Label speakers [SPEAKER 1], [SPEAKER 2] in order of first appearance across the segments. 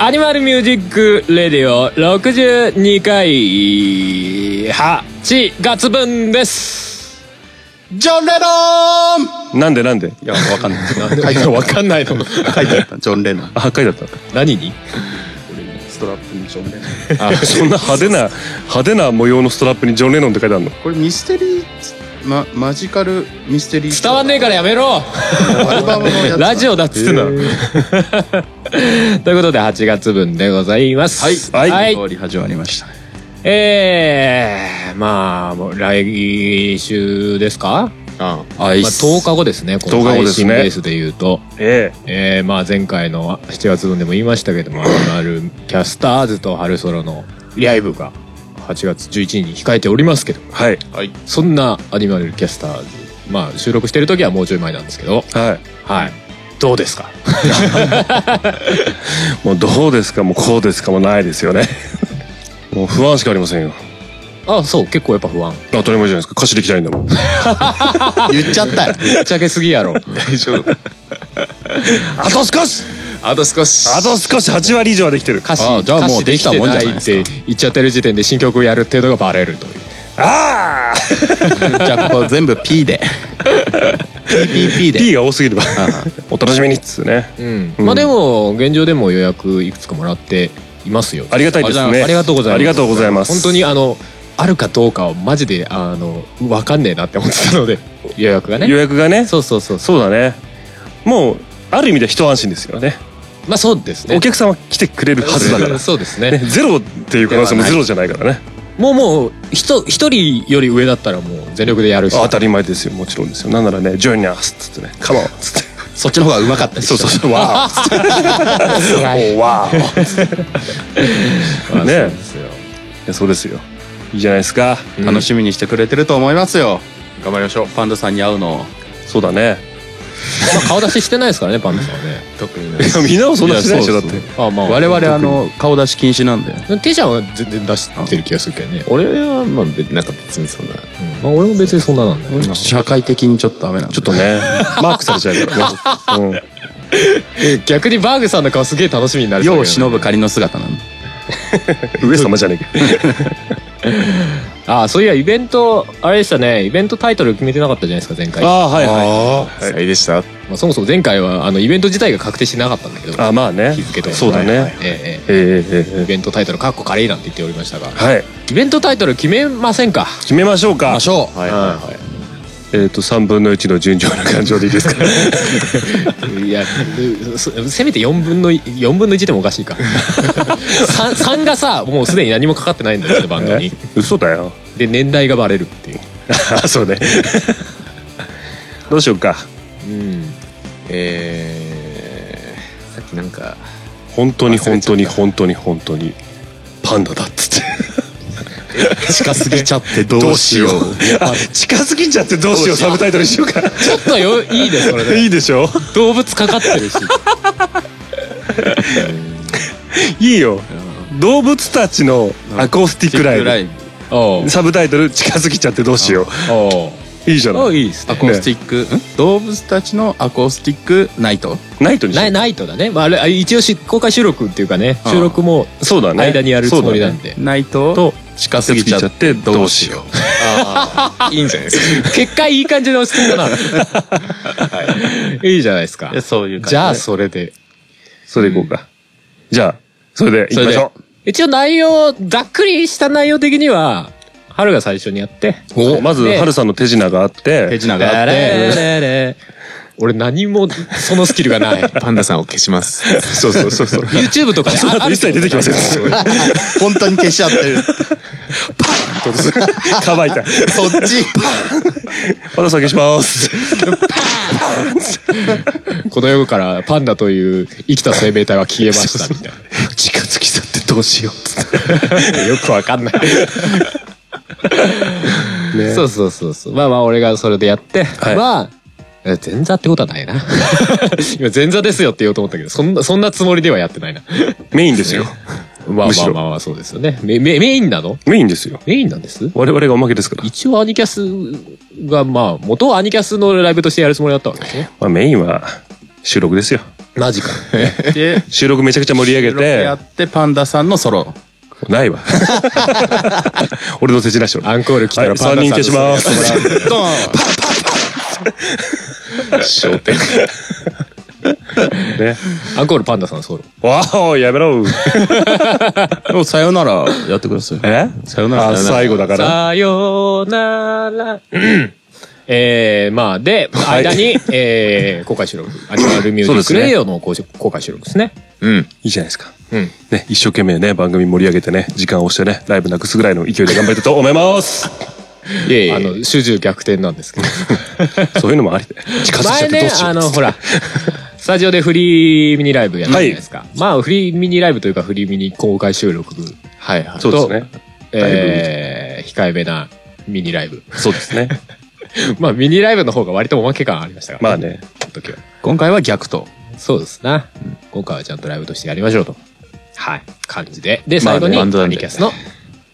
[SPEAKER 1] アニマルミュージックレディオ62回8月分です
[SPEAKER 2] ジョン・レノ
[SPEAKER 3] なんでなんで
[SPEAKER 2] ンいや、わかんない。書い
[SPEAKER 3] いてあった
[SPEAKER 2] わかんないの。書いてあった。ジョン・レノン。
[SPEAKER 3] あ、書いてあった。
[SPEAKER 1] 何に
[SPEAKER 2] ストラップにジョン・レノン。
[SPEAKER 3] あ、そんな派手な、派手な模様のストラップにジョン・レノンって書いてあるの
[SPEAKER 2] これミステリー、ま、マジカルミステリー。
[SPEAKER 1] 伝わんねえからやめ ろ
[SPEAKER 2] アルバムのやつ。
[SPEAKER 1] ラジオだっつってんだろ、 ということで8月分でございます
[SPEAKER 3] はい
[SPEAKER 1] はい
[SPEAKER 2] 終わり始まりました。
[SPEAKER 1] えー、まあもう来週ですか、
[SPEAKER 2] あ
[SPEAKER 1] まあ、10日後ですねこ
[SPEAKER 3] 10
[SPEAKER 1] の
[SPEAKER 3] 日後
[SPEAKER 1] 配
[SPEAKER 3] です
[SPEAKER 1] 信
[SPEAKER 3] ね
[SPEAKER 1] ベースで言うと、
[SPEAKER 3] え
[SPEAKER 1] えーまあ、前回の7月分でも言いましたけども「アニマルキャスターズ」と「春ソロ」のライブが8月11日に控えておりますけど
[SPEAKER 3] えはい。
[SPEAKER 2] はい。
[SPEAKER 1] そんな「アニマルキャスターズ」まあ収録してる時はもうちょい前なんですけど
[SPEAKER 3] はい。
[SPEAKER 1] はいどうですか
[SPEAKER 3] もうどうですかもうこうですかもうないですよね。もう不安しかありませんよ。
[SPEAKER 1] あそう結構やっぱ不安
[SPEAKER 3] 当たり前じゃないですか。歌詞できたいんだもん。
[SPEAKER 2] 言っちゃったよ。
[SPEAKER 1] ぶっちゃけすぎや ろ
[SPEAKER 2] 大丈夫。
[SPEAKER 3] あと少し
[SPEAKER 2] あと少し。
[SPEAKER 3] あと少し8割以上はできてる。
[SPEAKER 1] 歌詞
[SPEAKER 2] あじゃあもうできたもんじゃない
[SPEAKER 1] 歌詞できてないって言っちゃってる時点で新曲をやるっていうのがバレるという
[SPEAKER 3] ああ
[SPEAKER 2] じゃあここ全部 P で。PPP で。
[SPEAKER 3] !P が多すぎれば。お楽しみにっつうね。
[SPEAKER 1] うん、まあでも現状でも予約いくつかもらっていますよ
[SPEAKER 3] ありがたいですね。
[SPEAKER 1] ありがとうございます
[SPEAKER 3] ありがとうございます。
[SPEAKER 1] 本当にあのあるかどうかはマジであの分かんねえなって思ってたので予約がね
[SPEAKER 3] 予約がね。
[SPEAKER 1] そうそうそうそ
[SPEAKER 3] そうだね。もう、ある意味では一安心ですよね。
[SPEAKER 1] うまあそうですね
[SPEAKER 3] お客様来てくれるはずだから。
[SPEAKER 1] そうですね
[SPEAKER 3] ね、ゼロっていう可能性もゼロじゃないからね。
[SPEAKER 1] もうもう人一人より上だったらもう全力でやるし
[SPEAKER 3] あ当たり前ですよもちろんですよなんならね「ジョイナース」っつってね「カモン」っつって
[SPEAKER 2] そっちの方がうまかったり
[SPEAKER 3] そうそうそう「わ ー
[SPEAKER 1] 辛い
[SPEAKER 3] おわー
[SPEAKER 1] まあ
[SPEAKER 3] ね
[SPEAKER 1] そうですよ
[SPEAKER 3] いやそうですよいいじゃないですか
[SPEAKER 1] うん
[SPEAKER 2] 楽しみにしてくれてると思いますよ。頑張りましょう。パンダさんに会うの。
[SPEAKER 3] そうだね
[SPEAKER 1] まあ顔出ししてないですからねパンダさんはね
[SPEAKER 2] 特に
[SPEAKER 3] いやみんなもそんなしてないでしょ
[SPEAKER 2] いや
[SPEAKER 3] だっ
[SPEAKER 2] そう
[SPEAKER 3] て
[SPEAKER 2] そう
[SPEAKER 1] あま
[SPEAKER 2] 我々あの顔出し禁止なんで。
[SPEAKER 1] テイちゃんは全然出してる気がするけどね、
[SPEAKER 4] 俺はまあべなんか別にそんな
[SPEAKER 1] うんまあ、俺も別にそんななんだよ
[SPEAKER 2] 社会的にちょっとダメなんで
[SPEAKER 3] ちょっとねマークされちゃうからね、 うん
[SPEAKER 1] 逆にバーグさんの顔すげえ楽しみになる
[SPEAKER 2] 世を忍ぶ仮の姿なんで
[SPEAKER 3] 上様じゃねえか
[SPEAKER 1] あそういやイベントあれでしたねイベントタイトル決めてなかったじゃないですか前回
[SPEAKER 3] ああはいはい
[SPEAKER 4] あれでした
[SPEAKER 1] まあ、そもそも前回はあのイベント自体が確定してなかったんだけど
[SPEAKER 3] あまあね
[SPEAKER 1] 日付とか
[SPEAKER 3] そうだ
[SPEAKER 1] はいはい
[SPEAKER 3] ね
[SPEAKER 1] えええ
[SPEAKER 3] ええ
[SPEAKER 1] え
[SPEAKER 3] え
[SPEAKER 1] イ
[SPEAKER 3] ええ
[SPEAKER 1] ベントタイトル「カッコカレー」なんて言っておりましたが
[SPEAKER 3] えはい
[SPEAKER 1] イベントタイトル決めませんか
[SPEAKER 3] 決めましょうか
[SPEAKER 1] ましょ
[SPEAKER 4] はいはいはい
[SPEAKER 3] えっと3分の1の順調な感情でいいですか
[SPEAKER 1] ういやうそせめて4分の4分の1でもおかしいか 3, 3がさもうすでに何もかかってないんだけどバンドに
[SPEAKER 3] 嘘だよ
[SPEAKER 1] で年代がバレるっていう
[SPEAKER 3] あそう ねどうしようか
[SPEAKER 1] うん
[SPEAKER 4] えー、さっきなんか
[SPEAKER 3] 本当に本当に本当に本当にパンダだっつって
[SPEAKER 2] 近すぎちゃってどうしよう
[SPEAKER 3] あ近すぎちゃってどうしようサブタイトルにしようか
[SPEAKER 1] ちょっとよいいですそれで
[SPEAKER 3] いいでしょ
[SPEAKER 1] 動物かかってるし
[SPEAKER 3] いいよ動物たちのアコースティックライブ
[SPEAKER 2] ライブ
[SPEAKER 1] おう
[SPEAKER 3] サブタイトル近すぎちゃってどうしよ
[SPEAKER 1] おう
[SPEAKER 3] ういいじゃな
[SPEAKER 1] おう
[SPEAKER 3] い
[SPEAKER 1] いいです
[SPEAKER 2] ア
[SPEAKER 1] ね
[SPEAKER 2] コースティック、ん動物たちのアコースティックナイト
[SPEAKER 3] ナイトにし
[SPEAKER 1] な
[SPEAKER 3] よ
[SPEAKER 1] いナイトだね、まあ、あれ一応し公開収録っていうかね
[SPEAKER 2] ああ
[SPEAKER 1] 収録も
[SPEAKER 3] うそうだね
[SPEAKER 1] 間にやるつもりなん
[SPEAKER 3] そう
[SPEAKER 1] で、
[SPEAKER 2] ナイト
[SPEAKER 3] と
[SPEAKER 2] 近す
[SPEAKER 3] だね
[SPEAKER 2] ぎち
[SPEAKER 3] 近
[SPEAKER 2] ゃ
[SPEAKER 3] すぎちゃ
[SPEAKER 2] っ
[SPEAKER 3] って
[SPEAKER 2] て
[SPEAKER 3] ど
[SPEAKER 2] ど
[SPEAKER 3] う
[SPEAKER 2] う
[SPEAKER 3] し
[SPEAKER 2] し
[SPEAKER 3] よ
[SPEAKER 2] よ
[SPEAKER 3] う
[SPEAKER 4] いいんじゃないです
[SPEAKER 1] 結果いい感じで落ち着いたな、い、いじゃないですか
[SPEAKER 2] うそういう
[SPEAKER 1] じゃあそれで
[SPEAKER 3] それでいこうかじゃあそれでいきましょ
[SPEAKER 1] 一応内容ざっくりした内容的には春が最初にやって
[SPEAKER 3] うおまず
[SPEAKER 1] で
[SPEAKER 3] 春さんの手品があっ
[SPEAKER 2] 手
[SPEAKER 3] て
[SPEAKER 2] 品があっ
[SPEAKER 1] ララ
[SPEAKER 2] て
[SPEAKER 1] ララ俺何もそのスキルが ない
[SPEAKER 4] パンダさんを消します
[SPEAKER 3] そうそうそうそう
[SPEAKER 1] YouTube とかで
[SPEAKER 3] その後一切出てきません
[SPEAKER 2] 本当に消しちゃってる
[SPEAKER 3] 乾いた
[SPEAKER 2] そっち
[SPEAKER 3] 春さん消します
[SPEAKER 1] この世からパンダという生きた生命体は消えまし たみたいな
[SPEAKER 3] 近づきちゃってどうしようっつって
[SPEAKER 1] よくわかんない。
[SPEAKER 3] ね
[SPEAKER 5] そうそうそうそう。まあまあ俺がそれでやって、
[SPEAKER 3] はい
[SPEAKER 5] まあ、え前座ってことはない な。今前座ですよって言おうと思ったけど、そんな、そんなつもりではやってないな。
[SPEAKER 3] メインですよ。
[SPEAKER 5] まあ
[SPEAKER 3] む
[SPEAKER 5] ま
[SPEAKER 3] し
[SPEAKER 5] あ
[SPEAKER 3] ろ
[SPEAKER 5] まあまあそうですよね。メメメインなの
[SPEAKER 3] メインですよ。
[SPEAKER 5] メインなんです
[SPEAKER 3] 我々がおまけですから。
[SPEAKER 5] 一応アニキャスがまあ、元はアニキャスのライブとしてやるつもりだったわけですね。
[SPEAKER 3] まあ、メインは収録ですよ。
[SPEAKER 5] マジか。
[SPEAKER 2] で
[SPEAKER 3] 収録めちゃくちゃ盛り上げ
[SPEAKER 2] 収録や
[SPEAKER 3] て
[SPEAKER 2] っ、てパンダさんのソロ
[SPEAKER 3] ない わ。俺の手品しろ。
[SPEAKER 5] アンコール来た
[SPEAKER 3] は
[SPEAKER 5] ら
[SPEAKER 3] い、3人消します。
[SPEAKER 2] ドン
[SPEAKER 5] 笑点。
[SPEAKER 3] ね。
[SPEAKER 5] アンコールパンダさんソロ。
[SPEAKER 3] わお、やめろ。
[SPEAKER 2] でもさよならやってください
[SPEAKER 3] え
[SPEAKER 2] さよなら
[SPEAKER 3] あ、
[SPEAKER 2] さよなら
[SPEAKER 3] 最後だから。
[SPEAKER 5] さようなら。
[SPEAKER 1] えー、まあで
[SPEAKER 3] い
[SPEAKER 1] 間に、えー、公開収録アニマルミュージックレディオの公公開収録ですね
[SPEAKER 5] うん。
[SPEAKER 3] いいじゃないですか。
[SPEAKER 5] うん。
[SPEAKER 3] ね、一生懸命ね、番組盛り上げてね、時間を押してね、ライブなくすぐらいの勢いで頑張りたいと思い ます。
[SPEAKER 1] いえいえ
[SPEAKER 5] あの、主従逆転なんですけど。
[SPEAKER 3] そういうのもありで。近づいちゃ
[SPEAKER 1] 前
[SPEAKER 3] ってどう
[SPEAKER 1] ね
[SPEAKER 3] しよ
[SPEAKER 1] あ
[SPEAKER 3] うっつ
[SPEAKER 1] の
[SPEAKER 3] って。
[SPEAKER 1] ほらスタジオでフリーミニライブやったじゃないですか、まあフリーミニライブというかフリーミニ公開収録
[SPEAKER 5] はいはい。
[SPEAKER 3] そうですね。
[SPEAKER 1] えー、控えめなミニライブ
[SPEAKER 3] そうですね。
[SPEAKER 1] まあミニライブの方が割とおまけ感ありましたから
[SPEAKER 3] まあね。
[SPEAKER 1] この時は
[SPEAKER 2] 今回は逆と
[SPEAKER 1] そうですな、今回はちゃんとライブとしてやりましょうとはい感じでで
[SPEAKER 5] まあね
[SPEAKER 1] 最後に
[SPEAKER 5] バ
[SPEAKER 1] ア
[SPEAKER 5] ンドなんで
[SPEAKER 1] ニキャスの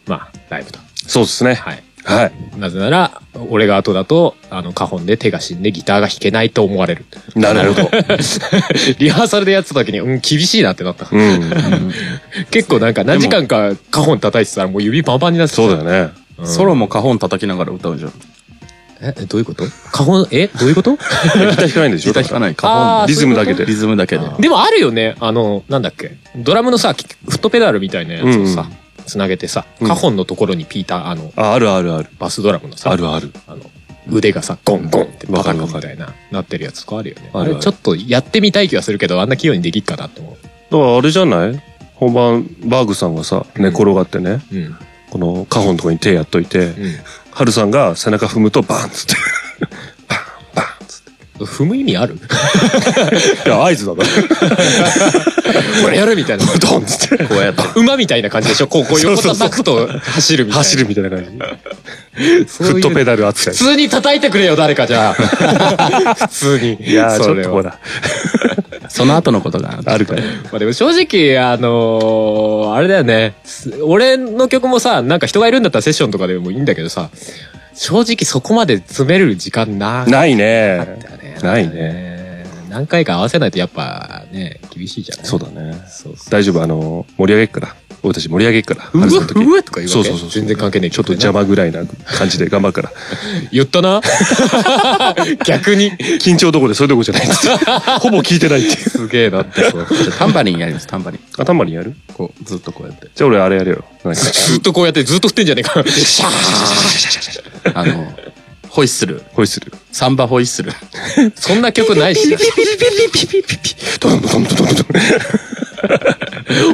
[SPEAKER 1] まあライブと
[SPEAKER 3] そうですね。
[SPEAKER 1] はい
[SPEAKER 3] はい。
[SPEAKER 1] なぜなら、俺が後だと、あの、花本で手が死んでギターが弾けないと思われる。
[SPEAKER 3] なるほど。
[SPEAKER 1] リハーサルでやってた時に、うん、厳しいなってなった。
[SPEAKER 3] うん。
[SPEAKER 1] 結構なんか何時間か花本叩いてたらもう指パンパンになってた。
[SPEAKER 3] そうだよね。
[SPEAKER 2] ソロもカホン叩きながら歌うじゃん
[SPEAKER 1] え、どういうこと花本、え、どういうこと
[SPEAKER 3] ギター弾かないんでしょ
[SPEAKER 2] ギター弾かないカ
[SPEAKER 1] あ
[SPEAKER 2] ホ
[SPEAKER 1] ー
[SPEAKER 2] ン
[SPEAKER 3] リズムだけ
[SPEAKER 2] で
[SPEAKER 3] で
[SPEAKER 2] リ。ズムだけで
[SPEAKER 1] でもあるよね、あの、なんだっけ、ドラムのさ、キフットペダルみたいなやつを
[SPEAKER 3] う
[SPEAKER 1] さ
[SPEAKER 3] ん、
[SPEAKER 1] つなげてさ、
[SPEAKER 3] うん
[SPEAKER 1] 花本のところにピーター、あの、
[SPEAKER 3] あ、あるあるある。
[SPEAKER 1] バスドラムのさ、
[SPEAKER 3] あるある。
[SPEAKER 1] あの、腕がさ、ゴンゴンってバ
[SPEAKER 3] わか
[SPEAKER 1] カ
[SPEAKER 3] る
[SPEAKER 1] み
[SPEAKER 3] わかる
[SPEAKER 1] たいな、なってるやつとかあるよね。
[SPEAKER 3] あるあ
[SPEAKER 1] あ
[SPEAKER 3] る
[SPEAKER 1] れちょっとやってみたい気はするけど、あんな器用にできっかなって思
[SPEAKER 3] だからあれじゃない本番、バーグさんがさ、寝転がってね、
[SPEAKER 1] う。うん。
[SPEAKER 3] このカホンのとこに手やっといて、
[SPEAKER 1] うん。
[SPEAKER 3] ハルさんが背中踏むとバーンっつっ
[SPEAKER 1] 踏む意味ある
[SPEAKER 3] て。いや、合図だな。
[SPEAKER 1] これやるみたいな。
[SPEAKER 3] ドンっつって。
[SPEAKER 2] こうやって
[SPEAKER 1] 馬みたいな感じでしょこう、こう横叩くと走るみたいな。
[SPEAKER 3] 走るみたいな 感じ。
[SPEAKER 1] そういう
[SPEAKER 3] フットペダル扱い。
[SPEAKER 1] 普通に叩いてくれよ、誰かじ ゃあ。普通に。
[SPEAKER 3] いやー、ち
[SPEAKER 1] そ
[SPEAKER 3] ょっ
[SPEAKER 1] れ
[SPEAKER 3] と
[SPEAKER 1] は
[SPEAKER 3] ほら、
[SPEAKER 2] その後のことが
[SPEAKER 3] あるから。
[SPEAKER 1] まあでも正直、あのーあれだよね。す俺の曲もさ、なんか人がいるんだったらセッションとかでもいいんだけどさ、正直そこまで詰める時間な
[SPEAKER 3] ないね
[SPEAKER 1] だよね。
[SPEAKER 3] ないね。
[SPEAKER 1] 何回か合わせないとやっぱね、厳しいじゃない
[SPEAKER 3] そうだね。
[SPEAKER 1] そうそう。
[SPEAKER 3] 大丈夫、あの、盛り上げっから。俺たち盛り上げっから。ハルさんの時。
[SPEAKER 1] うわとか言うわけ
[SPEAKER 3] そうそうそう。
[SPEAKER 1] 全然関係ねえ
[SPEAKER 3] ちょっと邪魔ぐらいな感じで頑張るから。
[SPEAKER 1] 言ったな 逆に。
[SPEAKER 3] 緊張どころでそういうとこじゃないっ つって。ほぼ聞いてないっていう。
[SPEAKER 1] すげえなって。
[SPEAKER 2] タンバリンやりますタンバリン
[SPEAKER 3] 頭にやる
[SPEAKER 2] こうずっとこうやって
[SPEAKER 3] じゃあ俺あれやるよ。なん か
[SPEAKER 1] ずっとこうやってずっと振ってんじゃねえ か。シャ
[SPEAKER 2] あのホイッスル
[SPEAKER 3] ホイッスル。
[SPEAKER 2] サンバホイッスル
[SPEAKER 1] ーそんな曲ないしな。
[SPEAKER 3] ドンドンドンドンドン。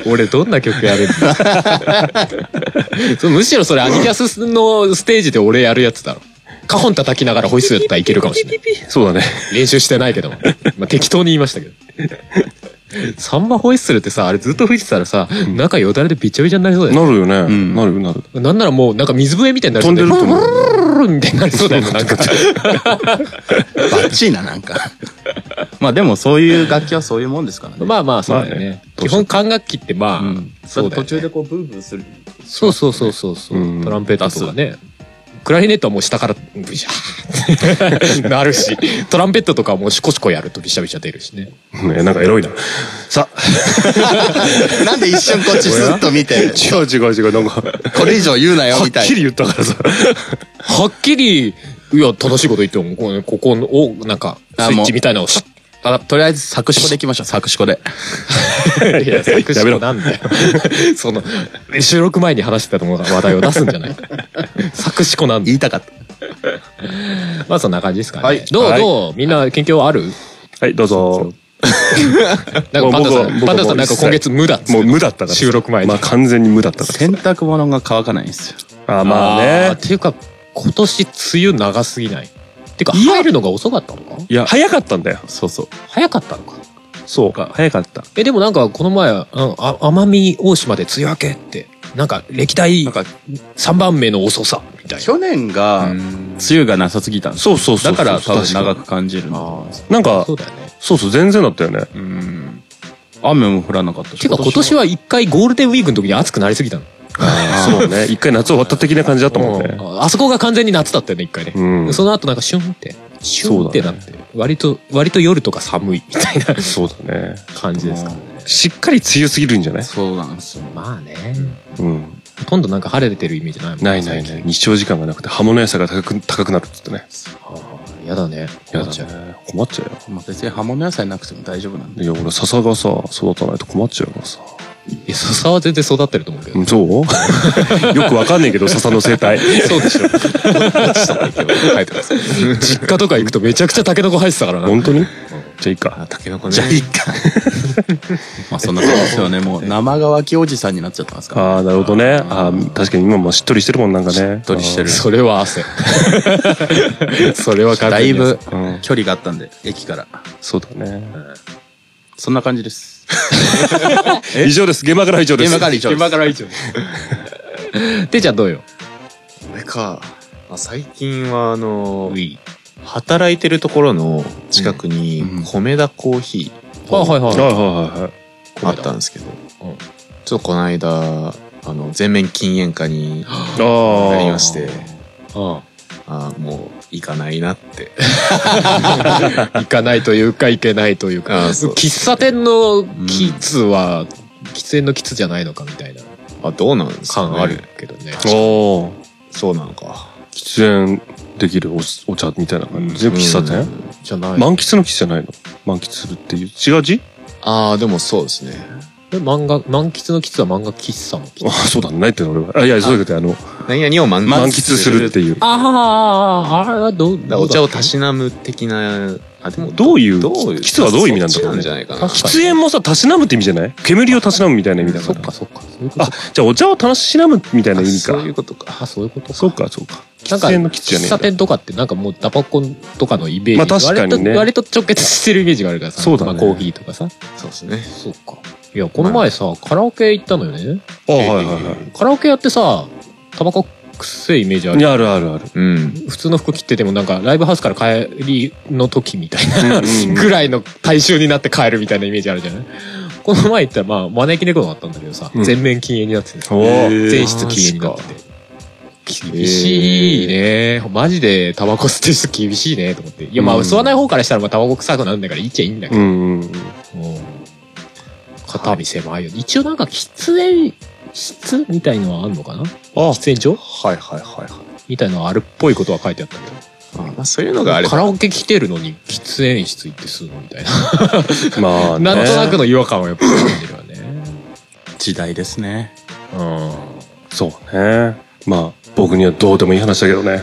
[SPEAKER 1] 俺どんな曲やるのそうむしろそれアニキャスのステージで俺やるやつだろ。カホン叩きながらホイッスルやったらいけるかもしれない。
[SPEAKER 3] そうだね。
[SPEAKER 1] 練習してないけども。まあ、適当に言いましたけど。サンバホイッスルってさ、あれずっと吹いてたらさ、中よだれでびちゃびちゃになりそうだよね。
[SPEAKER 3] なるよね。
[SPEAKER 2] ん
[SPEAKER 3] なるよ、なる。
[SPEAKER 1] なんならもうなんか水笛みたいになりそうだよね。
[SPEAKER 3] 飛んでると
[SPEAKER 1] ブルルルルルみたいになりそうだよね。なんか。
[SPEAKER 2] バッチリななんかまあでもそういう楽器はそういうもんですからね
[SPEAKER 1] まあまあ、そうだよね。
[SPEAKER 3] まあね
[SPEAKER 1] 基本管楽器ってまあ、
[SPEAKER 2] うん
[SPEAKER 1] そうだよね
[SPEAKER 2] 途中でこうブーブーする
[SPEAKER 1] そうそうそうそうそう、
[SPEAKER 3] うん
[SPEAKER 1] トランペットとかねクラリネットはもう下からブシャーって なるしトランペットとかはもうシコシコやるとビシャビシャ出るしね
[SPEAKER 3] ねなんかエロいな。さ、
[SPEAKER 2] なんで一瞬こっちずっと見て
[SPEAKER 3] 違う違う違う。なんか、
[SPEAKER 2] これ以上言うなよ
[SPEAKER 3] は
[SPEAKER 2] みた
[SPEAKER 3] っ
[SPEAKER 2] い
[SPEAKER 3] き
[SPEAKER 2] な
[SPEAKER 3] り言ったからさ。
[SPEAKER 1] はっきりいや正しいこと言ってもここここをなんか
[SPEAKER 2] あ
[SPEAKER 1] スイッ
[SPEAKER 2] もう
[SPEAKER 1] チみたいなのをシャッ
[SPEAKER 2] あとりあえず作詞でいきましょう作詞で
[SPEAKER 1] いや作詞
[SPEAKER 3] やめろ
[SPEAKER 1] なんだよその収録前に話してたと思う話題を出すんじゃない作詞子なんだ
[SPEAKER 2] 言いたかった
[SPEAKER 1] まあそんな感じですかね、
[SPEAKER 2] はい
[SPEAKER 1] どう
[SPEAKER 3] はい
[SPEAKER 1] どうみんな研究ある
[SPEAKER 3] はい、どうぞ。
[SPEAKER 1] なんかパンダさ
[SPEAKER 3] もう僕は
[SPEAKER 1] ん
[SPEAKER 3] 僕は
[SPEAKER 1] パンダさん
[SPEAKER 3] も
[SPEAKER 1] な
[SPEAKER 3] うん
[SPEAKER 1] か今月無だっつって
[SPEAKER 3] もう無だったからさ。
[SPEAKER 1] 収録前に
[SPEAKER 3] まあ完全に無だったか
[SPEAKER 2] 洗濯物が乾かないんですよ
[SPEAKER 3] ら。あ、まあ
[SPEAKER 1] ーっ
[SPEAKER 3] ね。
[SPEAKER 1] ていうか、今年梅雨長すぎない。っていうか、入るのが遅かったのか
[SPEAKER 3] いや、早かったんだよ。
[SPEAKER 2] そうそう
[SPEAKER 1] 早かったのか
[SPEAKER 3] そうか、早かった。
[SPEAKER 1] え、でもなんかこの前、あのあ奄美大島で梅雨明けってなんか歴代
[SPEAKER 2] なんか
[SPEAKER 1] 3番目の遅さみたいな。
[SPEAKER 2] 去年が、梅雨がなさすぎたんです
[SPEAKER 3] そうそうそうそう
[SPEAKER 2] だから多分
[SPEAKER 3] 確かに
[SPEAKER 2] 長く感じるの。
[SPEAKER 3] なんか
[SPEAKER 1] そうだよね。
[SPEAKER 3] そうそう全然だったよね
[SPEAKER 2] 雨も降らなかったして
[SPEAKER 1] か今年は一回ゴールデンウィークの時に暑くなりすぎたの。
[SPEAKER 3] そうね一回夏終わった的な感じだったもんね
[SPEAKER 1] ああそこが完全に夏だったよね、一回ね。
[SPEAKER 3] うん
[SPEAKER 1] その後なんかシュンって、シュンってなって、割と、割と夜とか寒いみたいな
[SPEAKER 3] そうだね
[SPEAKER 1] 感じですからね。
[SPEAKER 3] しっかり梅雨すぎるんじゃない
[SPEAKER 2] そうなんですよ。
[SPEAKER 1] まあね、
[SPEAKER 3] うん
[SPEAKER 1] ほとんどなんか晴れてるイメージないもんね
[SPEAKER 3] ないないない。日照時間がなくて葉物野菜が高く高くなるっつってね
[SPEAKER 1] ああやだね。
[SPEAKER 3] や
[SPEAKER 1] 困っちゃう
[SPEAKER 3] だね困っちゃうよ
[SPEAKER 2] まあ、別に葉物野菜なくても大丈夫なんで。
[SPEAKER 3] いや俺笹がさ育たないと困っちゃうからさ
[SPEAKER 1] いや、笹は全然育ってると思うけ ど。
[SPEAKER 3] うんそうよくわかんねえけど笹の生態
[SPEAKER 1] そうでしょ。落ちたんだけど生えてます実家とか行くとめちゃくちゃタケノコ生えてたからな。
[SPEAKER 3] 本当にじゃあいいか
[SPEAKER 1] タケノコね。
[SPEAKER 2] じゃあいいか。ま あそんな感じですよね。もう生乾きおじさんになっちゃってますから。
[SPEAKER 3] ああなるほどねあー確かに今もしっとりしてるもんなんかねしっ
[SPEAKER 2] とりしてる
[SPEAKER 1] それは 汗。それは完
[SPEAKER 2] だ
[SPEAKER 1] 全
[SPEAKER 2] い
[SPEAKER 1] に汗
[SPEAKER 2] ぶ距離があったんで、駅から。
[SPEAKER 3] そうだね
[SPEAKER 2] そんな感じです。
[SPEAKER 3] 以上です現場からは以上です
[SPEAKER 2] 現場から以上 です。
[SPEAKER 1] から以上てっちゃんどうよ
[SPEAKER 6] れか。まあ最近は、あの、働いてるところの近くに
[SPEAKER 2] うん、
[SPEAKER 6] 米田コーヒ
[SPEAKER 1] あはいは
[SPEAKER 3] はいいはいはいはい
[SPEAKER 6] ーあったんですけど、
[SPEAKER 1] うん
[SPEAKER 6] ちょっとこの間、あの、全面禁煙化に
[SPEAKER 3] ああ
[SPEAKER 6] なりまして、
[SPEAKER 1] あ
[SPEAKER 6] あーもう行かないなって。
[SPEAKER 1] あ行かないというか行けないというか
[SPEAKER 6] あそう
[SPEAKER 1] 喫茶店のキッズは、喫煙のキッズじゃないのかみたいな
[SPEAKER 6] あ、どうなんですか、
[SPEAKER 1] 感
[SPEAKER 6] ね、
[SPEAKER 1] ある。けどね
[SPEAKER 3] おお
[SPEAKER 6] そうなのか。
[SPEAKER 3] 喫煙できるおお茶みたいな感じで喫茶
[SPEAKER 6] う
[SPEAKER 3] 店
[SPEAKER 6] ん
[SPEAKER 1] じゃない、
[SPEAKER 3] 満喫の喫じゃないの満喫するっていう違う字
[SPEAKER 6] ああ、でもそうですね。
[SPEAKER 1] え漫画満喫のキッズは漫画喫茶のキッ
[SPEAKER 3] あ
[SPEAKER 1] ズ
[SPEAKER 3] そうだねないっての俺はあいやそういうことあの
[SPEAKER 6] 何々を満
[SPEAKER 3] 満喫するっ。ていう
[SPEAKER 1] ああああああどう
[SPEAKER 6] だからお茶をたしなむ的な、あ、でも
[SPEAKER 3] どういう
[SPEAKER 6] どういう
[SPEAKER 3] キスはどういう意味なんだろう
[SPEAKER 6] そっちなん
[SPEAKER 3] ね
[SPEAKER 6] じゃないかな。
[SPEAKER 1] 確か
[SPEAKER 3] 喫煙もさたしなむって意味じゃない煙をたしなむみたいな意味だ
[SPEAKER 1] そ
[SPEAKER 3] か
[SPEAKER 1] っ
[SPEAKER 3] ら
[SPEAKER 1] かそっかそういうこと
[SPEAKER 3] あじゃあお茶をたしなむみたいな意味か
[SPEAKER 6] そういうことか。
[SPEAKER 1] あそういうこと
[SPEAKER 3] そうかそうか
[SPEAKER 1] なん
[SPEAKER 3] 喫
[SPEAKER 1] か
[SPEAKER 3] 煙の喫じゃね
[SPEAKER 1] 喫
[SPEAKER 3] えんだ
[SPEAKER 1] 茶店とかってなんかもうタバコとかのイメージ、
[SPEAKER 3] まあ確かにね
[SPEAKER 1] 割と割と直結してるイメージがあるからさ
[SPEAKER 3] そうだね
[SPEAKER 1] まあ、コーヒーとかさ
[SPEAKER 6] そうですね。
[SPEAKER 1] そうか。いや、この前さ、カラオケ行ったのよね。
[SPEAKER 3] あはいはいは
[SPEAKER 1] カラオケやってさ、タバコくせえイメージあ
[SPEAKER 3] いい
[SPEAKER 1] る。
[SPEAKER 3] やあるあるある
[SPEAKER 6] うん。
[SPEAKER 1] 普通の服着ててもなんかライブハウスから帰りの時みたい
[SPEAKER 3] うんうんうん
[SPEAKER 1] なぐらいの大衆になって帰るみたいなイメージあるじゃないこの前行ったらまあ招き猫があったんだけどさ、
[SPEAKER 3] うん
[SPEAKER 1] 全面禁煙になっててさ、
[SPEAKER 3] おー
[SPEAKER 1] 全室禁煙になってて。厳しいね。マジでタバコ吸ってる人厳しいねと思って。いやまあ
[SPEAKER 3] うん
[SPEAKER 1] 吸わない方からしたらまあタバコ臭くなるんだからいっちゃいいんだけど
[SPEAKER 3] うんうん
[SPEAKER 1] 肩身狭いよ、一応なんか喫煙室みたいのはあんのかな喫煙所
[SPEAKER 6] はいはいはいはい。
[SPEAKER 1] みたいのはあるっぽいことは書いてあったけど
[SPEAKER 6] あまあ、そういうのがあれば
[SPEAKER 1] カラオケ来てるのに喫煙室行って吸うのみたいな、
[SPEAKER 3] まあ ね
[SPEAKER 1] なんとなくの違和感はやっぱ感じるわね
[SPEAKER 2] 時代ですね。
[SPEAKER 1] う
[SPEAKER 3] そうねまあ僕にはどうでもいい話だけどね
[SPEAKER 1] んい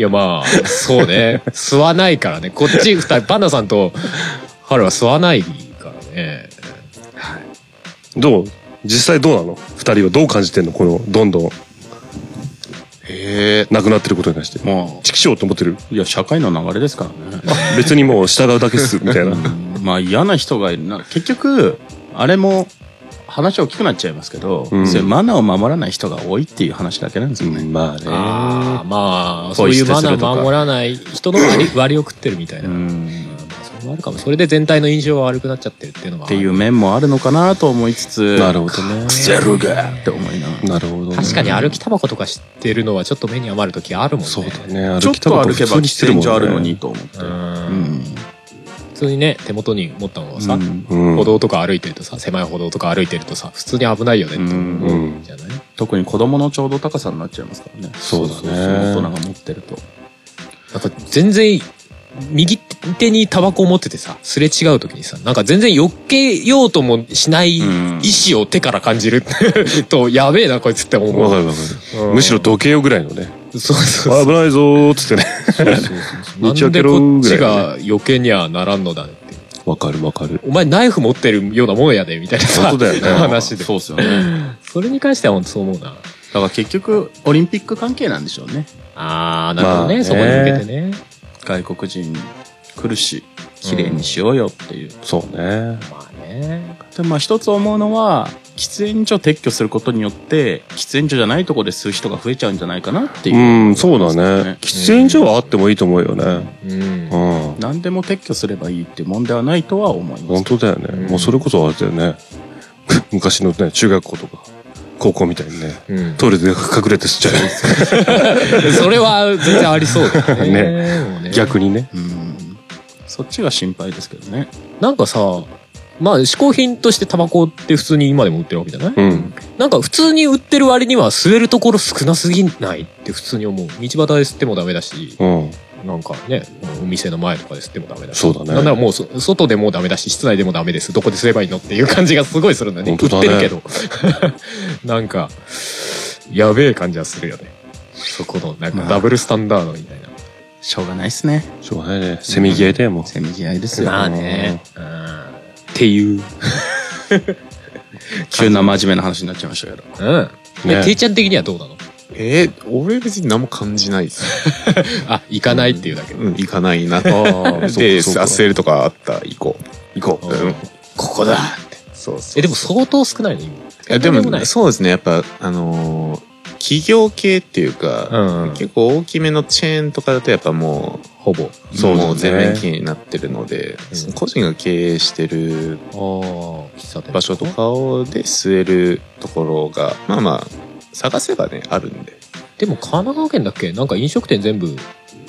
[SPEAKER 1] やまあそうね吸わないからねこっち二人パンダさんと春は吸わないからね
[SPEAKER 3] どう実際どうなの二人はどう感じてんのこのどんどん
[SPEAKER 6] へえ。
[SPEAKER 3] なくなってることに対して
[SPEAKER 2] も
[SPEAKER 3] チキショーと思ってる
[SPEAKER 2] う、いや、社会の流れですからね。
[SPEAKER 3] 別にもう従うだけっすみたいな
[SPEAKER 2] うんまあ嫌な人がいるな。結局、あれも、話大きくなっちゃいますけど、
[SPEAKER 3] うん
[SPEAKER 2] そういうマナーを守らない人が多いっていう話だけなんですよね。
[SPEAKER 3] ま
[SPEAKER 1] ああまあそ
[SPEAKER 2] ポ
[SPEAKER 1] う
[SPEAKER 2] イ
[SPEAKER 1] い
[SPEAKER 2] 捨
[SPEAKER 1] う
[SPEAKER 2] てする
[SPEAKER 1] マ
[SPEAKER 2] とか
[SPEAKER 1] ナー守らない人の割り割りを食ってるみたいな、
[SPEAKER 2] う
[SPEAKER 1] ま
[SPEAKER 2] ん
[SPEAKER 1] あ、それもあるかも。それで全体の印象が悪くなっちゃってるっていうのは。
[SPEAKER 2] っていう面もあるのかなと思いつつ、
[SPEAKER 3] なるほどね
[SPEAKER 2] ゼロがって思いながら。
[SPEAKER 3] なるほどね
[SPEAKER 1] 確かに歩きタバコとか知ってるのはちょっと目に余る時あるもんね。
[SPEAKER 3] そうだ。ね
[SPEAKER 2] ちょっと歩けば
[SPEAKER 3] 普通にしてる
[SPEAKER 2] 喫
[SPEAKER 3] もんね
[SPEAKER 2] 煙所あるのにと思って。
[SPEAKER 1] う。
[SPEAKER 2] うんん。
[SPEAKER 1] 普通にね、手元に持ったのはさ、
[SPEAKER 2] うん
[SPEAKER 3] うん
[SPEAKER 1] 歩道とか歩いてるとさ、狭い歩道とか歩いてるとさ、普通に危ないよねって思ううんじゃない、
[SPEAKER 2] 特に子供のちょうど高さになっちゃいますからね。
[SPEAKER 3] そうだね
[SPEAKER 2] 大人が持ってると。
[SPEAKER 1] なんか全然、右手にタバコを持っててさ、すれ違う時にさ、なんか全然避けようともしない意
[SPEAKER 2] ん
[SPEAKER 1] 志を手から感じる と、やべえなこいつって思
[SPEAKER 3] わか
[SPEAKER 1] う。
[SPEAKER 3] るわか
[SPEAKER 1] う
[SPEAKER 3] る
[SPEAKER 1] ん
[SPEAKER 3] むしろどけよぐらいのね
[SPEAKER 1] そうそうそう
[SPEAKER 3] 危ないぞーっつってね
[SPEAKER 1] なん
[SPEAKER 3] 道開け
[SPEAKER 1] で
[SPEAKER 3] ろ
[SPEAKER 1] こっ
[SPEAKER 3] ーぐら
[SPEAKER 1] ち
[SPEAKER 3] いのね
[SPEAKER 1] が避けにはならんのだって。
[SPEAKER 3] わかるわかる
[SPEAKER 1] お前ナイフ持ってるようなもんやで、みたいなさ
[SPEAKER 3] 本当だよね
[SPEAKER 1] 話で。
[SPEAKER 2] そうっすよね。
[SPEAKER 1] それに関しては本当そう思うな。
[SPEAKER 2] だから結局、オリンピック関係なんでしょうね。
[SPEAKER 1] あー、なるほどね。
[SPEAKER 3] まあね
[SPEAKER 1] そこに向けてね。
[SPEAKER 2] 外国人来るし、綺麗にしようよっていう。
[SPEAKER 3] そうね
[SPEAKER 1] まあね。
[SPEAKER 2] で、まあ一つ思うのは、喫喫煙所撤去することによって、喫煙所じゃないとこで吸う人が増えちゃうんじゃないかなっていうう。
[SPEAKER 3] ん、そうだ
[SPEAKER 2] そう
[SPEAKER 3] ね
[SPEAKER 2] で。
[SPEAKER 3] 喫煙所はあってもいいと思うよね。
[SPEAKER 1] うん
[SPEAKER 3] う。ん。
[SPEAKER 2] 何でも撤去すればいいって問題はないとは思いま
[SPEAKER 3] 本
[SPEAKER 2] す。
[SPEAKER 3] 当だよね。もうそれこそあれだよね。 昔のね、中学校とか、高校みたいにね、
[SPEAKER 1] うん
[SPEAKER 3] トイレで隠れて吸っちゃ
[SPEAKER 1] それは全然ありそうだよね。もうね
[SPEAKER 3] う。逆にね。
[SPEAKER 2] うん。そっちが心配ですけどね。
[SPEAKER 1] なんかさ、まあ、嗜好品としてタバコって普通に今でも売ってるわけじゃない
[SPEAKER 3] うん。
[SPEAKER 1] なんか普通に売ってる割には吸えるところ少なすぎないって普通に思う。道端で吸ってもダメだし、
[SPEAKER 3] うん。
[SPEAKER 1] なんかね、お店の前とかで吸ってもダメだし。
[SPEAKER 3] そうだね
[SPEAKER 1] なんならもうそ外でもダメだし、室内でもダメです。どこで吸えばいいのっていう感じがすごいするんだね。
[SPEAKER 3] 本当だね
[SPEAKER 1] 売ってる けど。なんか、やべえ感じはするよね。そこの、なんかダブルスタンダードみたいな。
[SPEAKER 2] しょうがないっすね。
[SPEAKER 3] しょうがないね。せめぎ合いだよ、もう。
[SPEAKER 2] せめぎ合いですよ。
[SPEAKER 1] まあね。うんっていう。
[SPEAKER 2] 急な真面目な話になっちゃいましたけど。
[SPEAKER 1] うん。
[SPEAKER 3] ね
[SPEAKER 1] えていちゃん的にはどうなの
[SPEAKER 6] えー、俺別に何も感じないです。
[SPEAKER 1] あ、行かないっていうだけ。
[SPEAKER 6] うん、行かない な。
[SPEAKER 3] ああ、
[SPEAKER 6] で、
[SPEAKER 3] そうかそうか
[SPEAKER 6] 焦るとかあったら行こう。行こう。うん。
[SPEAKER 2] ここだ
[SPEAKER 6] そうそう。
[SPEAKER 1] え、でも相当少ないね、
[SPEAKER 6] いや
[SPEAKER 1] 今。
[SPEAKER 6] で
[SPEAKER 1] とんもな
[SPEAKER 6] も、
[SPEAKER 1] い
[SPEAKER 6] そうですね。やっぱ、あのー企業系っていう
[SPEAKER 1] う
[SPEAKER 6] か、
[SPEAKER 1] ん。
[SPEAKER 6] 結構大きめのチェーンとかだとやっぱもう、
[SPEAKER 1] ほぼ。
[SPEAKER 3] そうだね
[SPEAKER 6] もう全面禁になってるので、
[SPEAKER 1] うん
[SPEAKER 6] 個人が経営してる
[SPEAKER 1] ああ、喫茶店。
[SPEAKER 6] 場所と。かをで吸えるところが、まあまあ、探せばね、あるんで。
[SPEAKER 1] でも神奈川県だっけなんか飲食店全部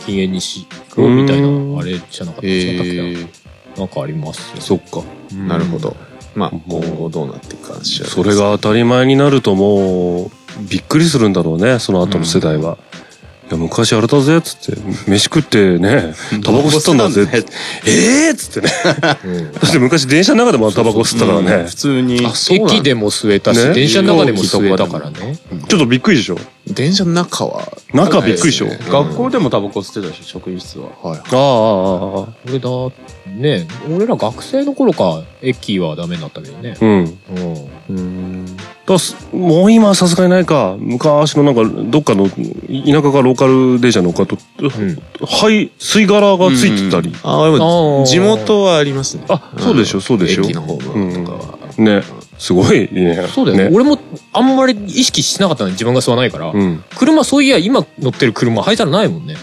[SPEAKER 1] 禁煙にしようみたいな、あれじゃなかった違ったっけななんかありますよ。
[SPEAKER 3] そっか。
[SPEAKER 1] うん
[SPEAKER 6] なるほ。ど。まあ、
[SPEAKER 3] うん
[SPEAKER 6] 今後どうなっていくかは知らない
[SPEAKER 3] それが当たり前になるともう、びっくりするんだろうね、その後の世代は。いや、昔あれだぜ、つって。飯食ってね、タバコ吸ったんだぜ。ええー、つってね。
[SPEAKER 1] うん
[SPEAKER 3] だって昔電車の中でもタバコ吸ったから
[SPEAKER 2] うん
[SPEAKER 3] ね
[SPEAKER 2] 普。通に。
[SPEAKER 1] あ、駅でも吸えたし、
[SPEAKER 3] ね
[SPEAKER 1] 電車の中でも吸えたからね。
[SPEAKER 3] ちょっとびっくりでしょ
[SPEAKER 6] 電車の中は、
[SPEAKER 3] 中びっくりでしょ、
[SPEAKER 6] はい
[SPEAKER 3] あ
[SPEAKER 2] 学校でもタバコ吸ってたでしょ、職員室は。
[SPEAKER 6] は
[SPEAKER 3] ああああ
[SPEAKER 6] い。
[SPEAKER 3] ああ
[SPEAKER 1] 俺だ、ね俺ら学生の頃か、駅はダメになったけどね。
[SPEAKER 3] うん。
[SPEAKER 1] うん。
[SPEAKER 6] うん。
[SPEAKER 3] だすもう今はさすがにないか。昔のなんか、どっかの、い田舎かローカル電車のかと、
[SPEAKER 1] うん
[SPEAKER 3] はい、吸い殻がついてたり。
[SPEAKER 6] ああ、で
[SPEAKER 1] あ
[SPEAKER 6] も
[SPEAKER 1] ー、
[SPEAKER 6] 地元はありますね。
[SPEAKER 3] あ、そうでしょ、そうでしょ。
[SPEAKER 6] 駅のホームとかは。
[SPEAKER 3] ね。すごいね。
[SPEAKER 1] そうだよね。
[SPEAKER 3] ね。
[SPEAKER 1] 俺もあんまり意識しなかったのに自分が吸わないから。
[SPEAKER 3] うん。
[SPEAKER 1] 車、そういや、今乗ってる車、灰皿ないもんね。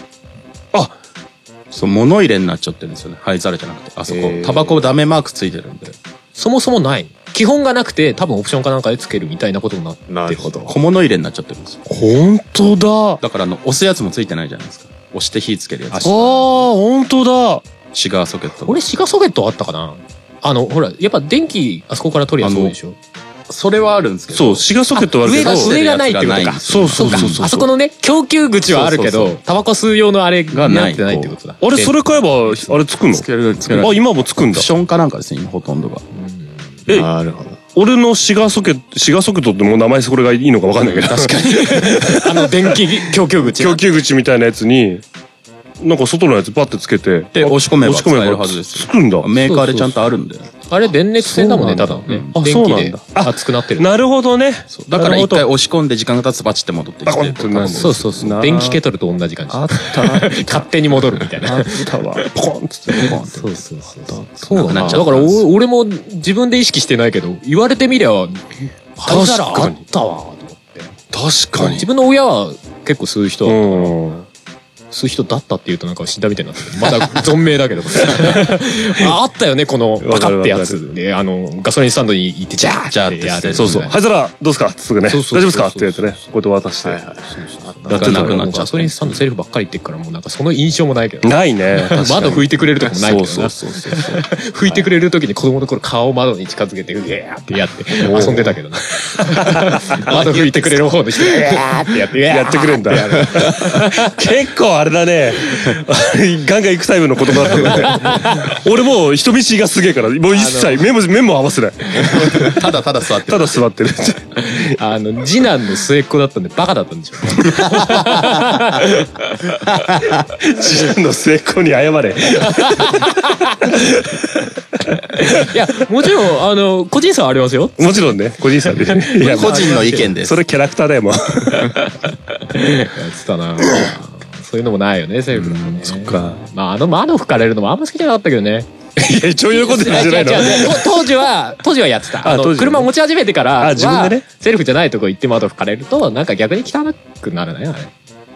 [SPEAKER 2] そう、物入れになっちゃってるんですよね。灰皿じゃなくて。あそこ
[SPEAKER 6] へー。
[SPEAKER 2] タバコダメマークついてるんで。
[SPEAKER 1] そもそもない。基本がなくて、多分オプションかなんかでつけるみたいなことになって
[SPEAKER 6] なるほど。
[SPEAKER 2] 小物入れになっちゃってるんですよ。
[SPEAKER 3] 本当だ。あ
[SPEAKER 2] だからあの、押すやつもついてないじゃないですか。押して火つけるや
[SPEAKER 3] あ、
[SPEAKER 2] つ。
[SPEAKER 3] 本当だ。
[SPEAKER 2] シガーソケット。
[SPEAKER 1] 俺、シガソケットあったかなあの、ほら、やっぱ電気、あそこから取りやすいでしょ。
[SPEAKER 2] それはあるんですけど。
[SPEAKER 3] そう、シガソケットはあるけ
[SPEAKER 1] 上が、
[SPEAKER 3] ど、
[SPEAKER 1] 上がないってことか。
[SPEAKER 3] そうそうそうそう。
[SPEAKER 1] あそこのね、供給口はあるけ
[SPEAKER 2] そうそう
[SPEAKER 1] ど、タバコ吸う用のあれが
[SPEAKER 2] がな
[SPEAKER 1] な
[SPEAKER 2] い
[SPEAKER 1] ってないってことだ。
[SPEAKER 3] あれ、それ買えば、あれつくの
[SPEAKER 2] つける、つける。
[SPEAKER 3] あ、今もつくん
[SPEAKER 2] オプ
[SPEAKER 3] だ。
[SPEAKER 2] ションかなんかですね、今ほとんどが。
[SPEAKER 3] え
[SPEAKER 6] なるほど。
[SPEAKER 3] 俺のシガーソケット、シガーソケットってもう名前それがいいのか分かんないけど。 確かに。
[SPEAKER 1] あの、電気供給口
[SPEAKER 3] 供給口みたいなやつに、なんか外のやつバッてつけて。
[SPEAKER 2] で、押し込め
[SPEAKER 3] 押
[SPEAKER 2] ば
[SPEAKER 3] し
[SPEAKER 2] 使
[SPEAKER 3] 込めば
[SPEAKER 2] えるはずです
[SPEAKER 3] つ
[SPEAKER 2] よ。
[SPEAKER 3] くんだ。
[SPEAKER 2] メーカーでちゃんとあるんで。
[SPEAKER 1] あれ、電熱線だもんね、ただのね
[SPEAKER 3] う。ん
[SPEAKER 1] 電
[SPEAKER 3] あ
[SPEAKER 1] 気
[SPEAKER 3] そうなん
[SPEAKER 1] で
[SPEAKER 3] だ
[SPEAKER 1] 熱くなってる。
[SPEAKER 3] なるほどね。
[SPEAKER 2] そうだか
[SPEAKER 3] な
[SPEAKER 2] ら
[SPEAKER 3] るほ
[SPEAKER 2] 一
[SPEAKER 3] ど
[SPEAKER 2] 回押し込んで時間が経つとバチって戻って
[SPEAKER 3] バコン
[SPEAKER 2] き
[SPEAKER 3] って
[SPEAKER 2] て。
[SPEAKER 3] なる
[SPEAKER 1] そうそうそ
[SPEAKER 3] な
[SPEAKER 1] う。電気ケトルと同じ感じ。
[SPEAKER 2] あったな。
[SPEAKER 1] 勝手に戻るみたいな。
[SPEAKER 2] あったわ。
[SPEAKER 3] ポコンっつって。
[SPEAKER 2] ポンって
[SPEAKER 1] うそうそう。そ
[SPEAKER 2] そう
[SPEAKER 1] う
[SPEAKER 2] だ
[SPEAKER 1] だ
[SPEAKER 2] な
[SPEAKER 1] な。だからお、俺も自分で意識してないけど、言われてみりゃ、灰皿あったわ、と思って。
[SPEAKER 3] 確かに
[SPEAKER 1] 自。分の親は結構吸う人、
[SPEAKER 3] うん。
[SPEAKER 1] 吸う人だったって言うとなんか死んだみたいになってるまだ存命だけど。ああったよね、このバカってやつ。で、あの、ガソリンスタンドに行って、じゃー
[SPEAKER 2] じゃーっ
[SPEAKER 1] っててやる。
[SPEAKER 3] そうそう。はい、そら、どうすかすぐね。
[SPEAKER 1] そう
[SPEAKER 3] 大
[SPEAKER 1] そうそうそう
[SPEAKER 3] 丈夫ですかってやつね。こうやって渡して。
[SPEAKER 2] やってな
[SPEAKER 1] だか
[SPEAKER 2] くな
[SPEAKER 1] ら
[SPEAKER 2] っ
[SPEAKER 1] もう
[SPEAKER 2] ちゃ
[SPEAKER 1] ガ
[SPEAKER 2] っ
[SPEAKER 1] ソ
[SPEAKER 2] た
[SPEAKER 1] リ。ンスタンドセリフばっかり言ってっから、もうなんかその印象もないけど。
[SPEAKER 3] ない ね。
[SPEAKER 1] 窓拭いてくれるとこもないけどな。
[SPEAKER 2] そうそうそうそう。
[SPEAKER 1] 拭いてくれる時に子供の頃顔を窓に近づけて、うえーってやって遊んでた けどな。窓拭いてくれる方の人が、うえーってやって、うえー
[SPEAKER 3] やってくれんだ。 結構あれだね。 ガンガン行くタイプの言葉だった ね。俺もう人見知りがすげえから、もう一切目も、目も合わせない。
[SPEAKER 2] ただただ座って
[SPEAKER 3] ただ座ってる。
[SPEAKER 1] あの、次男の末っ子だったんでバカだったんでしょうね。
[SPEAKER 3] 自分の成功に謝 れ。
[SPEAKER 1] いや、もちろん、あの、個人差はありますよ。
[SPEAKER 3] もちろんね、個人差 で。いや、ま
[SPEAKER 2] 個人の意見で
[SPEAKER 3] あ、
[SPEAKER 2] す。
[SPEAKER 3] それキャラクターだよ、もう。
[SPEAKER 1] やってたなそういうのもないよね、セーフだとね。
[SPEAKER 3] か
[SPEAKER 1] まあ、あの窓拭かれるのもあんま好きじゃなかったけどね。
[SPEAKER 3] いや、ちょい横でじゃないの
[SPEAKER 1] 違う違う違うと当時は当時はやってた
[SPEAKER 3] あ
[SPEAKER 1] あの
[SPEAKER 3] 当時はね
[SPEAKER 1] 車持ち始めてから
[SPEAKER 3] あ
[SPEAKER 1] は
[SPEAKER 3] 自分でね
[SPEAKER 1] セルフじゃないとこ行って窓拭かれるとなんか逆に汚くなるねあ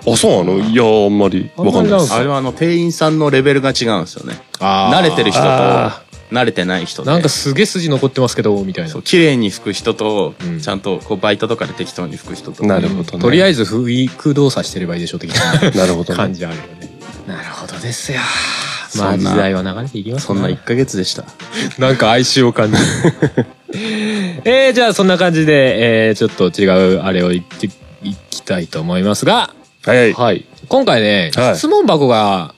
[SPEAKER 1] れ
[SPEAKER 3] あ、そうなのいや、あんまりわかんないです。
[SPEAKER 2] あれはあの、店員さんのレベルが違うんですよね。慣れてる人と
[SPEAKER 3] あ、
[SPEAKER 2] 慣れてない人で。
[SPEAKER 1] なんかすげえ筋残ってますけどみたいな
[SPEAKER 2] そう、綺麗に拭く人と、
[SPEAKER 1] うん
[SPEAKER 2] ちゃんと、こう、バイトとかで適当に拭く人と。
[SPEAKER 3] なるほどね。
[SPEAKER 1] とりあ
[SPEAKER 3] え
[SPEAKER 1] えず不意空動作してればいいでしょ的な
[SPEAKER 3] ず。なるほどね。
[SPEAKER 1] 感じあるよねなるほどですよま
[SPEAKER 2] そ
[SPEAKER 1] あ
[SPEAKER 2] ん
[SPEAKER 1] 時
[SPEAKER 2] な
[SPEAKER 1] 代は流れていきます
[SPEAKER 2] そんな1ヶ月でした。
[SPEAKER 1] なんか哀愁を感じる。えー、じゃあそんな感じで、えー、ちょっと違うあれを言っていきたいと思いますが、
[SPEAKER 3] はいはい。
[SPEAKER 1] はい。今回ね、
[SPEAKER 3] はい
[SPEAKER 1] 質問箱が、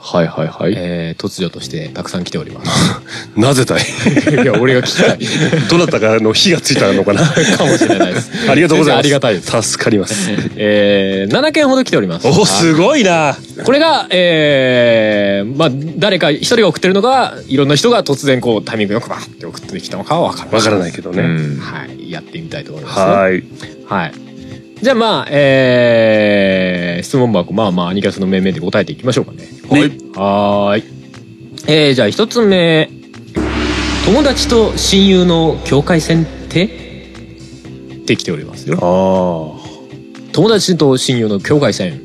[SPEAKER 6] はいはいはい。
[SPEAKER 1] えー、突如としてたくさん来ております。
[SPEAKER 3] なぜだい
[SPEAKER 1] いや、俺が聞きたい。
[SPEAKER 3] どなたかの火がついたのかな
[SPEAKER 1] かもしれないです。
[SPEAKER 3] ありがとうござい
[SPEAKER 1] 先生あ
[SPEAKER 3] ます。
[SPEAKER 1] りがたいで
[SPEAKER 3] 助かります。
[SPEAKER 1] えー、7件ほど来ております。
[SPEAKER 3] お、すごいな。
[SPEAKER 1] これが、えー、まあ、誰か一人が送ってるのが、いろんな人が突然こうタイミングよくバーって送ってきたのかはわからない。
[SPEAKER 3] わからないけど
[SPEAKER 6] う
[SPEAKER 3] ね。
[SPEAKER 6] ん。
[SPEAKER 1] はい。やってみたいと思います。
[SPEAKER 3] はーい。
[SPEAKER 1] はい。じゃあまあ、えー、質問箱、まあまあ、アニキャスの面々で答えていきましょうかね。
[SPEAKER 3] はい。
[SPEAKER 1] はーい。えー、じゃあ一つ目。友達と親友の境界線ってってきておりますよ。
[SPEAKER 3] ああ。
[SPEAKER 1] 友達と親友の境界線。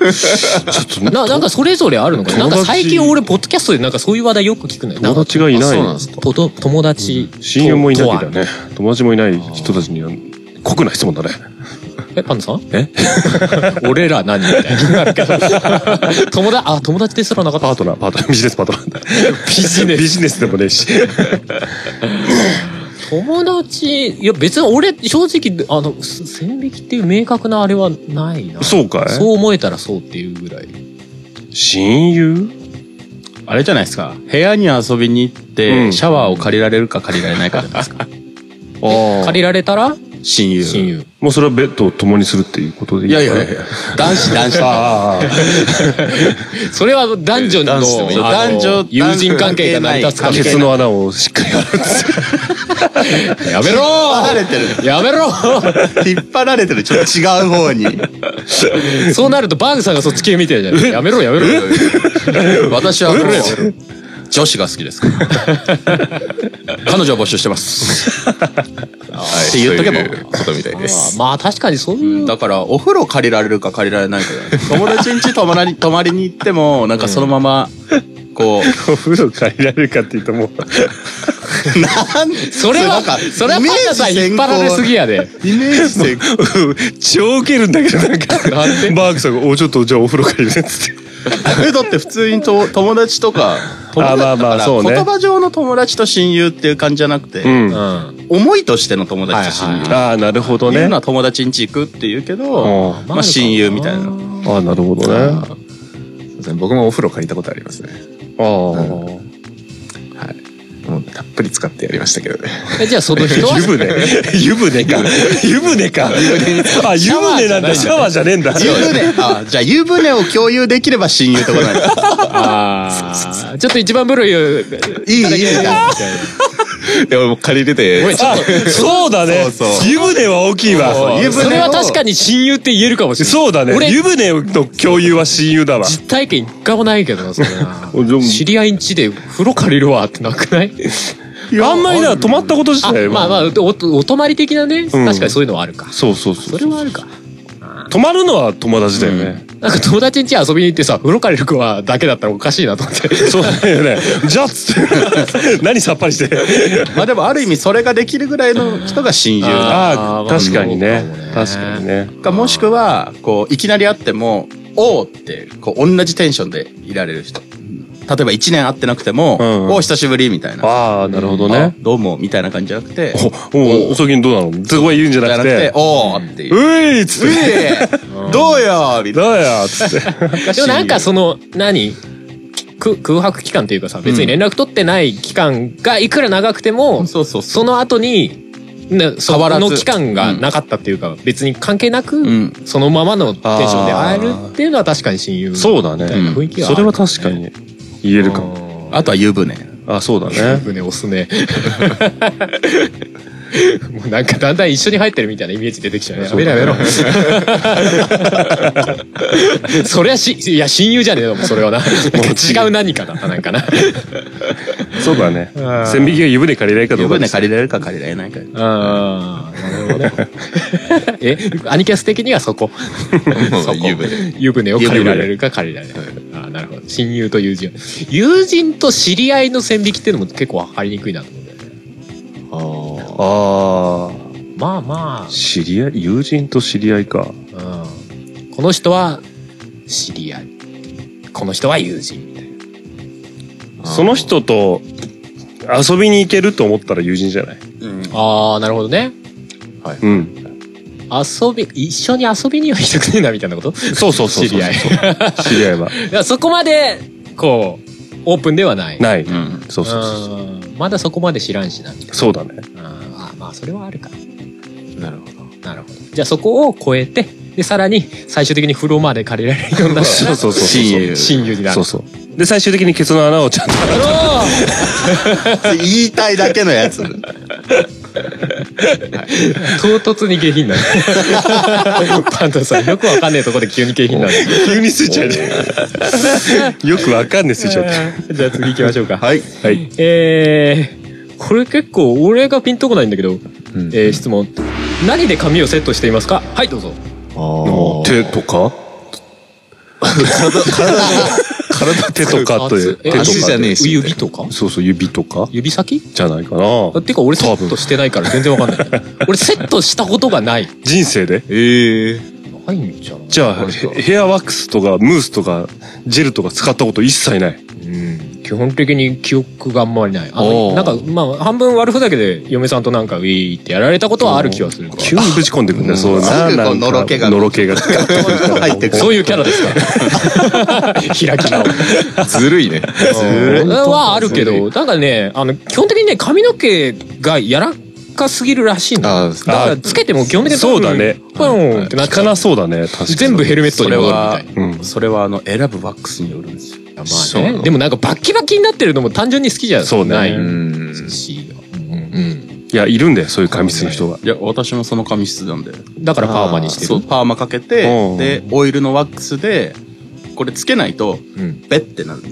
[SPEAKER 3] ちょっと
[SPEAKER 1] な、なんかそれぞれあるのかななん
[SPEAKER 3] 友達
[SPEAKER 1] か最近俺、ポッドキャストでなんかそういう話題よく聞くのよ。
[SPEAKER 3] 友達がいない。
[SPEAKER 6] あそうなんですか。
[SPEAKER 1] とと友達と。
[SPEAKER 3] 親友もいないんだ
[SPEAKER 1] と
[SPEAKER 3] よ
[SPEAKER 1] は。
[SPEAKER 3] ね。友達もいない人たちには、酷な質問だね。
[SPEAKER 1] え、パンダさん
[SPEAKER 3] え
[SPEAKER 1] 俺ら何みたいになるけど。友達、あ、友達ですらなかった
[SPEAKER 3] パートナー、パートナー、ビジネスパートナー。ビジネス。ビジネスでもねえし。
[SPEAKER 1] 友達、いや別に俺正直、あの、す線引きっていう明確なあれはないな。
[SPEAKER 3] そうかい
[SPEAKER 1] そう思えたらそうっていうぐらい。
[SPEAKER 3] 親友
[SPEAKER 2] あれじゃないですか。部屋に遊びに行っ
[SPEAKER 3] う
[SPEAKER 2] て、
[SPEAKER 3] ん
[SPEAKER 2] シャワーを借りられるか借りられないかじゃないですか。
[SPEAKER 3] あ
[SPEAKER 1] 借りられたら
[SPEAKER 2] 親友。
[SPEAKER 1] 親友。
[SPEAKER 3] もうそれはベッドを共にするっていうことでい
[SPEAKER 2] い
[SPEAKER 3] いの
[SPEAKER 2] や
[SPEAKER 3] か
[SPEAKER 2] い
[SPEAKER 3] な
[SPEAKER 2] やいや、男子男子。
[SPEAKER 3] ああ。
[SPEAKER 1] それは男女の、
[SPEAKER 6] 男子でもいい
[SPEAKER 1] あの
[SPEAKER 2] 男女
[SPEAKER 1] 友人関係が成り立つか
[SPEAKER 3] 仮
[SPEAKER 1] ら。
[SPEAKER 3] 説の穴をしっかりある。
[SPEAKER 1] やめろ
[SPEAKER 2] 離れてる。
[SPEAKER 1] やめろ
[SPEAKER 2] 引っ張られてる。ちょっと違う方に。
[SPEAKER 1] そうなるとバーグさんがそっち系見てるじゃないやめろやめろ。
[SPEAKER 2] 私はもう、 女子が好きですから。彼女を募集してます。
[SPEAKER 6] はい。
[SPEAKER 2] って言っとけば
[SPEAKER 6] そういうことみたいです。
[SPEAKER 1] まあ確かにそういう。
[SPEAKER 2] だから、お風呂借りられるか借りられないかだよね友達ん家泊まり泊まりに行っても、なんかそのまま、こう、
[SPEAKER 3] お風呂借りられるかっていうともう、
[SPEAKER 2] なん
[SPEAKER 1] それは、それはパンダさん引っ張られすぎやで。
[SPEAKER 2] イメージ先行
[SPEAKER 3] 超ウケるんだけど、なんか。
[SPEAKER 1] なんで
[SPEAKER 3] バークさんが、お、ちょっとじゃあお風呂借りるねっつって。
[SPEAKER 2] えだって普通 にと友達とか友
[SPEAKER 3] あ
[SPEAKER 2] 達
[SPEAKER 3] まあ
[SPEAKER 2] だ
[SPEAKER 3] まあ
[SPEAKER 2] から
[SPEAKER 3] そうね
[SPEAKER 2] 言葉上の友達と親友っていう感じじゃなくて、
[SPEAKER 3] んあ
[SPEAKER 1] うん。
[SPEAKER 2] 思いとしての友達と親友、
[SPEAKER 1] はい
[SPEAKER 3] あ、なるほど
[SPEAKER 2] い
[SPEAKER 3] ね。
[SPEAKER 2] うの
[SPEAKER 3] あ
[SPEAKER 2] は友達ん家行くっていうけど、
[SPEAKER 3] あ
[SPEAKER 2] まあ親友みたいな
[SPEAKER 3] あ、なるほどね。あ
[SPEAKER 6] すいません僕もお風呂借りたことありますね。
[SPEAKER 3] あ。
[SPEAKER 6] もうたっぷり使ってやりましたけどね。
[SPEAKER 1] えじゃあその人 は
[SPEAKER 3] 湯船湯船か。湯船か。あ、湯船なんだ。シャワーじゃねえんだ。
[SPEAKER 2] 湯船あじゃあ湯船を共有できれば親友ってことなん だ
[SPEAKER 1] ああ、ちょっと一番古い、
[SPEAKER 2] いいいいいい
[SPEAKER 6] いや、俺も借りて て。
[SPEAKER 1] ごめん、ちょっと、
[SPEAKER 3] そうだね
[SPEAKER 2] そうそ。
[SPEAKER 3] 湯船は大きいわ。
[SPEAKER 2] 湯船を
[SPEAKER 1] それは確かに親友って言えるかもしれない。
[SPEAKER 3] そうだね。
[SPEAKER 1] 俺
[SPEAKER 3] 湯船の共有は親友だわ。
[SPEAKER 1] 実体験一回もないけどな、それな
[SPEAKER 3] おでも
[SPEAKER 1] 知り合いん家で風呂借りるわってなくない
[SPEAKER 3] あんまりな、泊まったこと自
[SPEAKER 1] あ
[SPEAKER 3] 体は。
[SPEAKER 1] まあまあお、お泊まり的なね、
[SPEAKER 3] ん
[SPEAKER 1] 確かにそういうのはあるか。
[SPEAKER 3] そうそうそ。
[SPEAKER 1] そうれはあるか。
[SPEAKER 3] 泊まるのは友達だよね。
[SPEAKER 1] なんか友達ん家遊びに行ってさ、風呂借りる子はだけだったらおかしいなと思って。
[SPEAKER 3] そうだよね。じゃあっつって。 何さっぱりして。
[SPEAKER 2] まあでもある意味それができるぐらいの人が親友だ
[SPEAKER 3] あ
[SPEAKER 1] あー
[SPEAKER 3] あ、確かにね
[SPEAKER 1] まあそうかもね。
[SPEAKER 3] 確かにね。
[SPEAKER 2] かもしくはこういきなり会っても「おう」ってこう同じテンションでいられる人例えば1年会ってなくても「
[SPEAKER 3] うんうん
[SPEAKER 2] おう久しぶり」みたいな
[SPEAKER 3] ああ、なるほどね。
[SPEAKER 2] あどうも、みたいな感じじゃなくて、
[SPEAKER 3] お、お、最近どうなのすごい言うんじゃ
[SPEAKER 2] じゃ
[SPEAKER 3] な
[SPEAKER 2] な
[SPEAKER 3] く
[SPEAKER 2] くて
[SPEAKER 3] て、。
[SPEAKER 2] おーっていうう。
[SPEAKER 3] えいっつ
[SPEAKER 2] う
[SPEAKER 3] って。
[SPEAKER 2] えどうよみたい
[SPEAKER 3] だよっつって。
[SPEAKER 1] でもなんかその、何く空白期間というかさ、別に連絡取ってない期間がいくら長くても、
[SPEAKER 2] な。そうそうそう。
[SPEAKER 1] その後に、ね、そ
[SPEAKER 2] 変わらず
[SPEAKER 1] の期間がなかったっていうか、別に関係なく、
[SPEAKER 2] ん
[SPEAKER 1] そのままのテンションで会えるっていうのは確かに親友。
[SPEAKER 3] そうだね。
[SPEAKER 2] うん
[SPEAKER 1] 雰囲気があ
[SPEAKER 3] そ
[SPEAKER 1] る
[SPEAKER 3] れは確かに言えるかも。
[SPEAKER 2] あとは湯船。
[SPEAKER 3] あ、そうだね。
[SPEAKER 1] 船押すね。もうなんかだんだん一緒に入ってるみたいなイメージ出てきちゃうね。や
[SPEAKER 3] そう
[SPEAKER 1] めろ
[SPEAKER 3] だね
[SPEAKER 1] やめろ。 それはし、いや、親友じゃねえよ、もうそれはな。なんか違う何かだった、なんかな。
[SPEAKER 3] そうだね。線引きが湯船借りれないかどう
[SPEAKER 2] 湯
[SPEAKER 3] かで
[SPEAKER 2] 船
[SPEAKER 3] す。
[SPEAKER 2] 借りられるか借りられないか。う
[SPEAKER 1] ああ、なるほどね。 え、アニキャス的にはそこ。そこ
[SPEAKER 6] 湯船
[SPEAKER 1] 湯船を借りられるか借りられないか。ああ、なるほど。親友と友人。友人と知り合いの線引きっていうのも結構わかりにくいなと思うんだよね。
[SPEAKER 6] あ
[SPEAKER 3] ああ。
[SPEAKER 1] まあま
[SPEAKER 3] 知り合い、友人と知り合いか。
[SPEAKER 1] あ、うん。この人は知り合い。この人は友人みたいな。
[SPEAKER 3] その人と遊びに行けると思ったら友人じゃない
[SPEAKER 2] ん。
[SPEAKER 1] ああ、なるほどね。
[SPEAKER 3] うん。
[SPEAKER 1] 遊び、一緒に遊びには行きたくねえなみたいなこと
[SPEAKER 3] そうそうそうそう。
[SPEAKER 1] 知り合い。
[SPEAKER 3] 知り合いは。
[SPEAKER 1] いや そこまで、こう、オープンではない。
[SPEAKER 3] ない。
[SPEAKER 2] うん。
[SPEAKER 3] そうそうそうそう。
[SPEAKER 1] うんまだそこまで知らんしな、みたい
[SPEAKER 3] そうだ ね。
[SPEAKER 1] な。うんあまあ、それはあるか。
[SPEAKER 6] あなるほど
[SPEAKER 1] なるほど。じゃあそこを超えて、で、さらに最終的に風呂まで借りられるよ うになった
[SPEAKER 3] そう
[SPEAKER 1] ら
[SPEAKER 3] そうそうそう。
[SPEAKER 2] 親友
[SPEAKER 1] 親友になる。
[SPEAKER 3] そうそう。で、最終的にケツの穴をちゃんと。
[SPEAKER 2] 言いたいだけのやつ。
[SPEAKER 1] 唐突に下品な る。パンタさん、よくわかんねえとこで急に下品なる。
[SPEAKER 3] 急についちゃうね。 よくわかんねえついちゃって。
[SPEAKER 1] じゃあ次行きましょう か。
[SPEAKER 2] はい。
[SPEAKER 3] はい。
[SPEAKER 1] えー、これ結構俺がピンとこないんだけど、えー質問。何で髪をセットしていますかはい、どうぞ。
[SPEAKER 6] あ
[SPEAKER 3] 手とか体、体、手とかという。手とか。
[SPEAKER 6] 足じゃねえし
[SPEAKER 1] 指とか
[SPEAKER 3] そうそう、指とか
[SPEAKER 1] 指先
[SPEAKER 3] じゃないかな。
[SPEAKER 1] あてか俺セットしてないから全然わか んない。俺セットしたことがない。
[SPEAKER 3] 人生で
[SPEAKER 6] ええ
[SPEAKER 1] ないんじゃない
[SPEAKER 3] じゃあ、ヘヘアワックスとか、ムースとか、ジェルとか使ったこと一切ない。
[SPEAKER 1] うん基本的に記憶があんまりない。あの、
[SPEAKER 6] おー
[SPEAKER 1] なんか、まあ、半分悪ふざけで嫁さんとなんか、ウィーってやられたことはある気はするから
[SPEAKER 3] 急にぶち込んでくんだよ、そう
[SPEAKER 2] す
[SPEAKER 3] な。
[SPEAKER 2] ぐこ
[SPEAKER 3] な
[SPEAKER 2] う
[SPEAKER 3] んか
[SPEAKER 2] のろけが
[SPEAKER 3] のろけが。
[SPEAKER 2] 入ってく
[SPEAKER 1] そう
[SPEAKER 2] る。
[SPEAKER 1] いうキャラです から。開き直る。
[SPEAKER 6] ずるいね
[SPEAKER 1] うんはあるけど、なんかね、あの、基本的にね、髪の毛がやらかすぎるらしいんだ。
[SPEAKER 6] あ
[SPEAKER 1] だから、つけても基本的に
[SPEAKER 3] そうだね
[SPEAKER 1] パンってなっちゃ
[SPEAKER 3] 効か
[SPEAKER 1] う
[SPEAKER 3] なそうだね、確かに。
[SPEAKER 1] 全部ヘルメットに戻るみたいな。
[SPEAKER 3] うん。
[SPEAKER 2] それはあの選ぶワックスによるんですよ。
[SPEAKER 1] ま
[SPEAKER 6] そう
[SPEAKER 1] あ
[SPEAKER 6] な
[SPEAKER 1] ね、
[SPEAKER 6] の
[SPEAKER 1] でもなんかバッキバキになってるのも単純に好きじゃ
[SPEAKER 3] そうね
[SPEAKER 1] ない
[SPEAKER 6] うん
[SPEAKER 1] し、うん
[SPEAKER 3] いや、いるんだよ、そういう髪質の人が。
[SPEAKER 2] いや、私もその髪質なんで。
[SPEAKER 1] だからパーマにして
[SPEAKER 2] そう、
[SPEAKER 1] る。
[SPEAKER 2] パーマかけて
[SPEAKER 3] う、ん
[SPEAKER 2] で、オイルのワックスで、これつけないと、
[SPEAKER 1] うん
[SPEAKER 2] ベッてなる。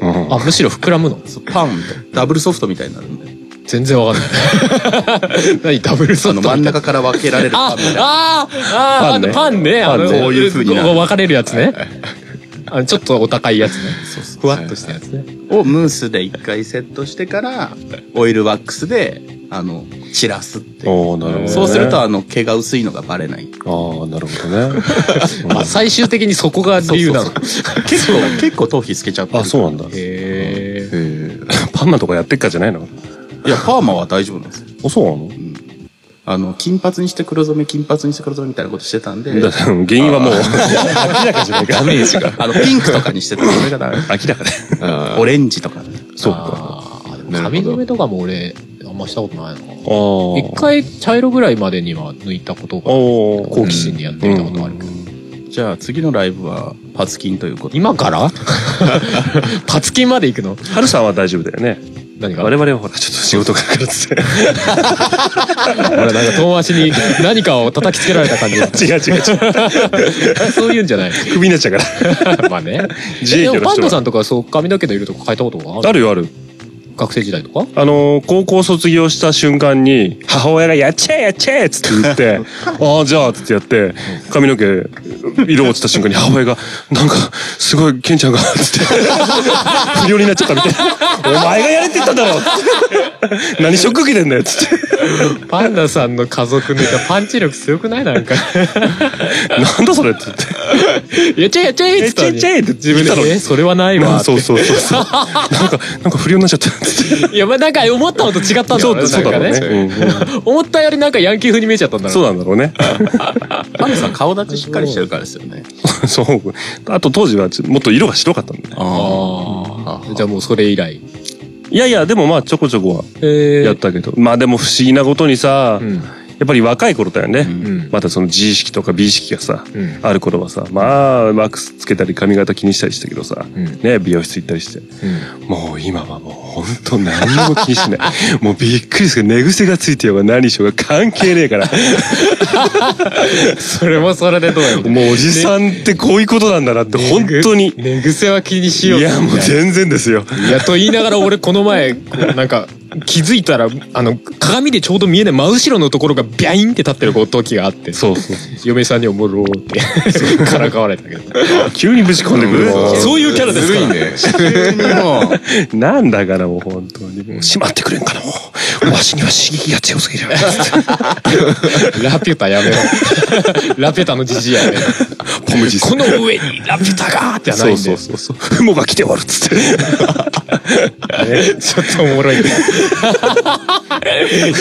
[SPEAKER 3] うん
[SPEAKER 1] あ、むしろ膨らむの
[SPEAKER 2] そうパンみたいな。ダブルソフトみたいになるんで。
[SPEAKER 1] 全然わかんない。何ダブルソ
[SPEAKER 2] あ
[SPEAKER 1] フト
[SPEAKER 2] の
[SPEAKER 1] みたい
[SPEAKER 2] 真ん
[SPEAKER 1] な
[SPEAKER 2] 中から分けら れるパン
[SPEAKER 1] あ
[SPEAKER 2] みたい、な。
[SPEAKER 1] ああ、あ
[SPEAKER 3] パンね
[SPEAKER 1] あ、パンね。あの、
[SPEAKER 2] こういう風になる
[SPEAKER 1] こう分かれるやつね。あのちょっとお高いやつね。ふわっとしたやつね。
[SPEAKER 2] をムースで一回セットしてから、オイルワックスで、あの、散らすっていう。
[SPEAKER 3] おーなるほどね。
[SPEAKER 2] そうすると、あの、毛が薄いのがバレない。
[SPEAKER 3] ああ、なるほどね。
[SPEAKER 1] あ、最終的にそこが理由なの。
[SPEAKER 2] 結構、 結構頭皮つけちゃってる。
[SPEAKER 3] あ、そうなんだ。
[SPEAKER 1] へえ。
[SPEAKER 3] パンマとかやってっかじゃないの
[SPEAKER 2] いや、パーマは大丈夫なんですよ。
[SPEAKER 3] あ、そうなの
[SPEAKER 2] あの、金髪にして黒染め、金髪にして黒染めみたいなことしてたんで、
[SPEAKER 3] だから原因はもう、明らかじゃないか。ダメージが。
[SPEAKER 2] あの、ピンクとかにしてたら、それがダメ。
[SPEAKER 3] 明らかだよ。
[SPEAKER 6] あ
[SPEAKER 2] オレンジとかね。
[SPEAKER 3] そうか。
[SPEAKER 1] あーでも
[SPEAKER 6] なるほど
[SPEAKER 1] 髪留めとかも俺、あんましたことないな。
[SPEAKER 3] ああ。
[SPEAKER 1] 一回茶色ぐらいまでには抜いたことが、
[SPEAKER 3] おお。
[SPEAKER 1] 好奇心でやってみたことあるけど。
[SPEAKER 2] じゃあ次のライブは、パツキンということ。
[SPEAKER 1] 今から パツキンまで行くの
[SPEAKER 3] ハルさんは大丈夫だよね。
[SPEAKER 1] 何が
[SPEAKER 3] 我々はほら、ちょっと仕事があるからっつって。
[SPEAKER 1] 俺なんか遠足に何かを叩きつけられた感じが
[SPEAKER 3] 違う違う違う。
[SPEAKER 1] そういうんじゃない
[SPEAKER 3] クビになっちゃうから。
[SPEAKER 1] まあね
[SPEAKER 3] 自営
[SPEAKER 1] で
[SPEAKER 3] 業の人は
[SPEAKER 1] もパンダさんとかそう髪の毛の色とか変えたことがある
[SPEAKER 3] あるよある。
[SPEAKER 1] 学生時代とか
[SPEAKER 3] あのー、高校卒業した瞬間に、母親がやっちゃえやっちゃえっつって言 って、ああ、じゃあっつってやって、髪の毛、色落ちた瞬間に母親が、なんか、すごい、ケンちゃんが、つ って、不良になっちゃったみたいな。お前がやれって言ったん だろっつって何ショック受けてんだよっつって。
[SPEAKER 1] パンダさんの家族ネタパンチ力強くないなんか
[SPEAKER 3] なんだそれっつって。
[SPEAKER 1] やっちゃえやっちゃえっつったのに
[SPEAKER 3] やっちゃえやっちゃえって
[SPEAKER 1] 自分
[SPEAKER 3] 言ったのに
[SPEAKER 1] でえそれはないわ
[SPEAKER 3] あそうそうそ うそう。なんか、なんか不良になっちゃったっつって。
[SPEAKER 1] いやまあなんか思ったのと違ったんだろうね
[SPEAKER 3] そうだろう
[SPEAKER 1] なん
[SPEAKER 3] ね
[SPEAKER 1] か。
[SPEAKER 3] うんうん
[SPEAKER 1] 思ったよりなんかヤンキー風に見えちゃったんだろ
[SPEAKER 3] そううなんだろうね。
[SPEAKER 2] パンさん顔立ちしっかりしてるからですよね。
[SPEAKER 3] そう。あと当時はちょもっと色が白かったんだよ。
[SPEAKER 1] ああじゃあもうそれ以来
[SPEAKER 3] いやいや、でもまあちょこちょこは
[SPEAKER 1] え
[SPEAKER 3] やったけど。まあでも不思議なことにさ、
[SPEAKER 1] うん
[SPEAKER 3] やっぱり若い頃だよね、
[SPEAKER 2] うん
[SPEAKER 6] うん
[SPEAKER 3] またその自意識とか美意識がさ、
[SPEAKER 6] うん
[SPEAKER 3] ある頃はさまあワックスつけたり髪型気にしたりしたけどさ、
[SPEAKER 6] うん
[SPEAKER 3] ね美容室行ったりしてもう今はもう本当何にも気にし ないもうびっくりする寝癖がついてようが何しようが関係ねえから
[SPEAKER 1] それもそれでどうや
[SPEAKER 3] もうおじさんってこういうことなんだなって本当に
[SPEAKER 1] 寝癖は気にし
[SPEAKER 3] い
[SPEAKER 1] ようみた
[SPEAKER 3] や
[SPEAKER 1] いな
[SPEAKER 3] もう全然ですよ
[SPEAKER 1] いやと言いながら俺この前こうなんか気づいたらあの鏡でちょうど見えない真後ろのところがビャインって立ってるこう時があって
[SPEAKER 3] そうそうそ
[SPEAKER 1] 嫁さんにおもろーって からかわれたけど
[SPEAKER 3] う急にぶち込んでくる
[SPEAKER 1] そういうキャラです
[SPEAKER 2] ず
[SPEAKER 1] か
[SPEAKER 2] るい
[SPEAKER 1] ら
[SPEAKER 2] ね。急にもう。
[SPEAKER 3] なんだからもう本当にもうしまってくれんかなもうわしには刺激が強す ぎる
[SPEAKER 1] ラピュタや めろラピュタのじじいやめろ
[SPEAKER 3] ポムジ
[SPEAKER 1] この上にラピュタがーってはないんで
[SPEAKER 3] そうそうそうそうふもが来ておるっつっ て
[SPEAKER 1] ちょっとおも ろいけど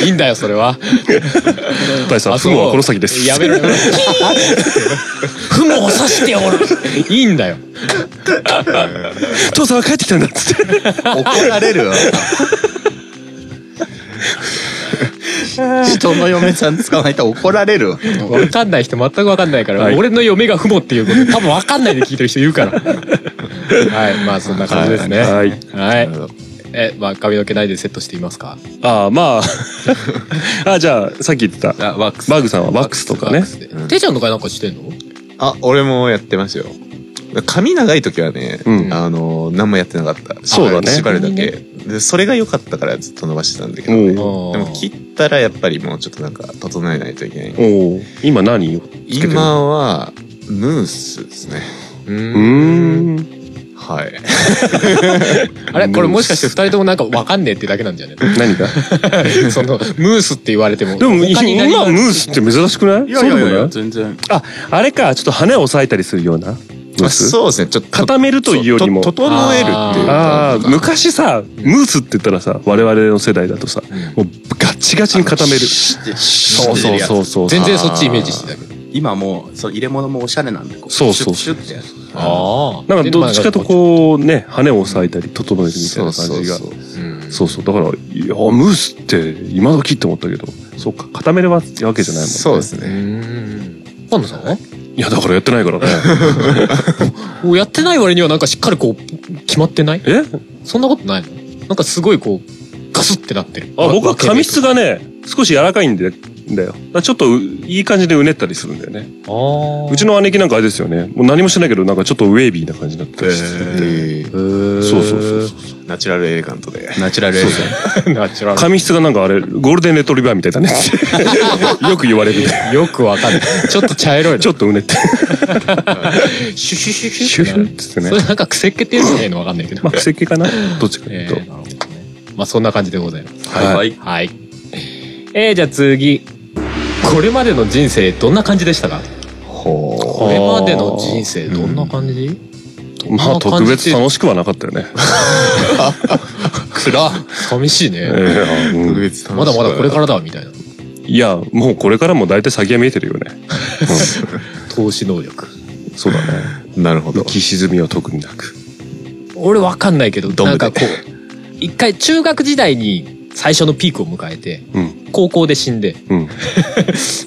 [SPEAKER 1] いいんだよそれは
[SPEAKER 3] 大さんふもはこの先です
[SPEAKER 1] やめろやめろふもを刺しておるいいんだよ
[SPEAKER 3] 父さんは帰ってきたんだっつって
[SPEAKER 2] 怒られるわ人の嫁さん捕まえたら怒られるわ
[SPEAKER 1] わかんない人全くわかんないから、
[SPEAKER 3] はい
[SPEAKER 1] 俺の嫁がふもっていうこと多分わかんないで聞いてる人い るからはいまあそんな感じですねはい、
[SPEAKER 3] はい
[SPEAKER 1] えまあ髪の毛ないでセットしていますか
[SPEAKER 3] ああ まああじゃあさっき言ってた
[SPEAKER 2] あワックス
[SPEAKER 3] バグさんはワックスとかね
[SPEAKER 6] うん
[SPEAKER 1] てちゃんの会なんかしてんの
[SPEAKER 6] あ、俺もやってますよ。髪長い時はね、
[SPEAKER 3] うん
[SPEAKER 6] あの、何もやってなかった。
[SPEAKER 3] そうだね
[SPEAKER 6] 縛るだけ。で、それが良かったからずっと伸ばしてたんだけ
[SPEAKER 3] お
[SPEAKER 6] ど、で
[SPEAKER 3] う
[SPEAKER 6] も切ったらやっぱりもうちょっとなんか整えないといけない。
[SPEAKER 3] おう今何をつけてるう
[SPEAKER 6] 今は、ムースですね。
[SPEAKER 3] ーん
[SPEAKER 6] はい。
[SPEAKER 1] あれこれもしかして二人ともなんかわかんねえってだけなんじゃね
[SPEAKER 3] 何が
[SPEAKER 1] えの そのムースって言われても
[SPEAKER 3] でも
[SPEAKER 1] 他に何
[SPEAKER 3] 今
[SPEAKER 1] が
[SPEAKER 3] ムースって珍しくないそうでもな
[SPEAKER 2] 全然
[SPEAKER 3] ああれかちょっと羽を押さえたりするようなムー
[SPEAKER 6] あ
[SPEAKER 3] ス
[SPEAKER 6] そうですね。ちょっと。
[SPEAKER 3] 固めるというよりも
[SPEAKER 6] とと整えるっていう
[SPEAKER 3] あ
[SPEAKER 6] か。
[SPEAKER 3] あ昔さムースって言ったらさ我々の世代だとさもうガッチガチに固めるそうそうそうそう
[SPEAKER 1] 全然そっちイメージしてたけど
[SPEAKER 2] 今もうその入れ物もおしゃれなんでこ
[SPEAKER 3] そうそう
[SPEAKER 2] シュッシュッってやる
[SPEAKER 1] あ
[SPEAKER 3] なんかどっちかとこうね羽を押さえたり整えるみたいな感じが
[SPEAKER 6] そうそうそ
[SPEAKER 1] う、
[SPEAKER 6] う
[SPEAKER 1] うん
[SPEAKER 3] そうそうだからいやムースって今時って思ったけどそうか固めればってわけじゃないもんね
[SPEAKER 6] そうですね。
[SPEAKER 1] 今野さんはい
[SPEAKER 3] やだからやってないから ね
[SPEAKER 1] おやってない割にはなんかしっかりこう決まってない
[SPEAKER 3] え
[SPEAKER 1] そんなことないのなんかすごいこう、ガスってなってる。
[SPEAKER 3] あ僕は髪質
[SPEAKER 1] が。
[SPEAKER 3] がね少し柔らかいんでだよだからちょっとういい感じでうねったりするんだよね
[SPEAKER 1] あー
[SPEAKER 3] うちの姉貴なんかあれですよねもう何もしてないけどなんかちょっとウェービーな感じになってたりしてて
[SPEAKER 6] えー
[SPEAKER 3] そうそうそうそう
[SPEAKER 6] ナチュラルエレガントで。
[SPEAKER 2] ナチュラルエレ
[SPEAKER 1] ナチュラ
[SPEAKER 3] 髪質がなんかあれゴールデンレトリバーみた いだねってよく言われるんだよ
[SPEAKER 1] ル。よくわかんない。ちょっと茶色いの。
[SPEAKER 3] ちょっとうねって
[SPEAKER 1] シュシュシュシュ
[SPEAKER 3] シュシュッつってね
[SPEAKER 1] それなんか癖っ気っていうんじゃないのわかんない けど。
[SPEAKER 3] まあ癖っ気かなどっちかとい
[SPEAKER 1] え
[SPEAKER 3] うと、
[SPEAKER 1] ーなるほどねまあそんな感じでございます。
[SPEAKER 2] はいはい
[SPEAKER 1] はい。えー、じゃあ次。これまでの人生どんな感じでしたか
[SPEAKER 6] ほ
[SPEAKER 1] これまでの人生どんな感じ、
[SPEAKER 3] まあ特別楽しくはなかったよね、
[SPEAKER 2] 暗
[SPEAKER 1] 寂しいね。
[SPEAKER 3] えー
[SPEAKER 6] う。
[SPEAKER 3] うん
[SPEAKER 6] 特別楽
[SPEAKER 1] まだ
[SPEAKER 6] しか
[SPEAKER 1] ま
[SPEAKER 6] った
[SPEAKER 1] だこれからだみたいな。
[SPEAKER 3] いやもうこれからも大体先が見えてるよね
[SPEAKER 1] 投資能力。
[SPEAKER 3] そうだね
[SPEAKER 6] なるほど
[SPEAKER 3] 浮。き沈みは特になく
[SPEAKER 1] 俺わかんないけど、
[SPEAKER 6] ド
[SPEAKER 1] な
[SPEAKER 6] ン
[SPEAKER 1] ん
[SPEAKER 6] ブで
[SPEAKER 1] かこう、一回中学時代に最初のピークを迎えて、
[SPEAKER 3] うん
[SPEAKER 1] 高校で死んで、
[SPEAKER 3] うん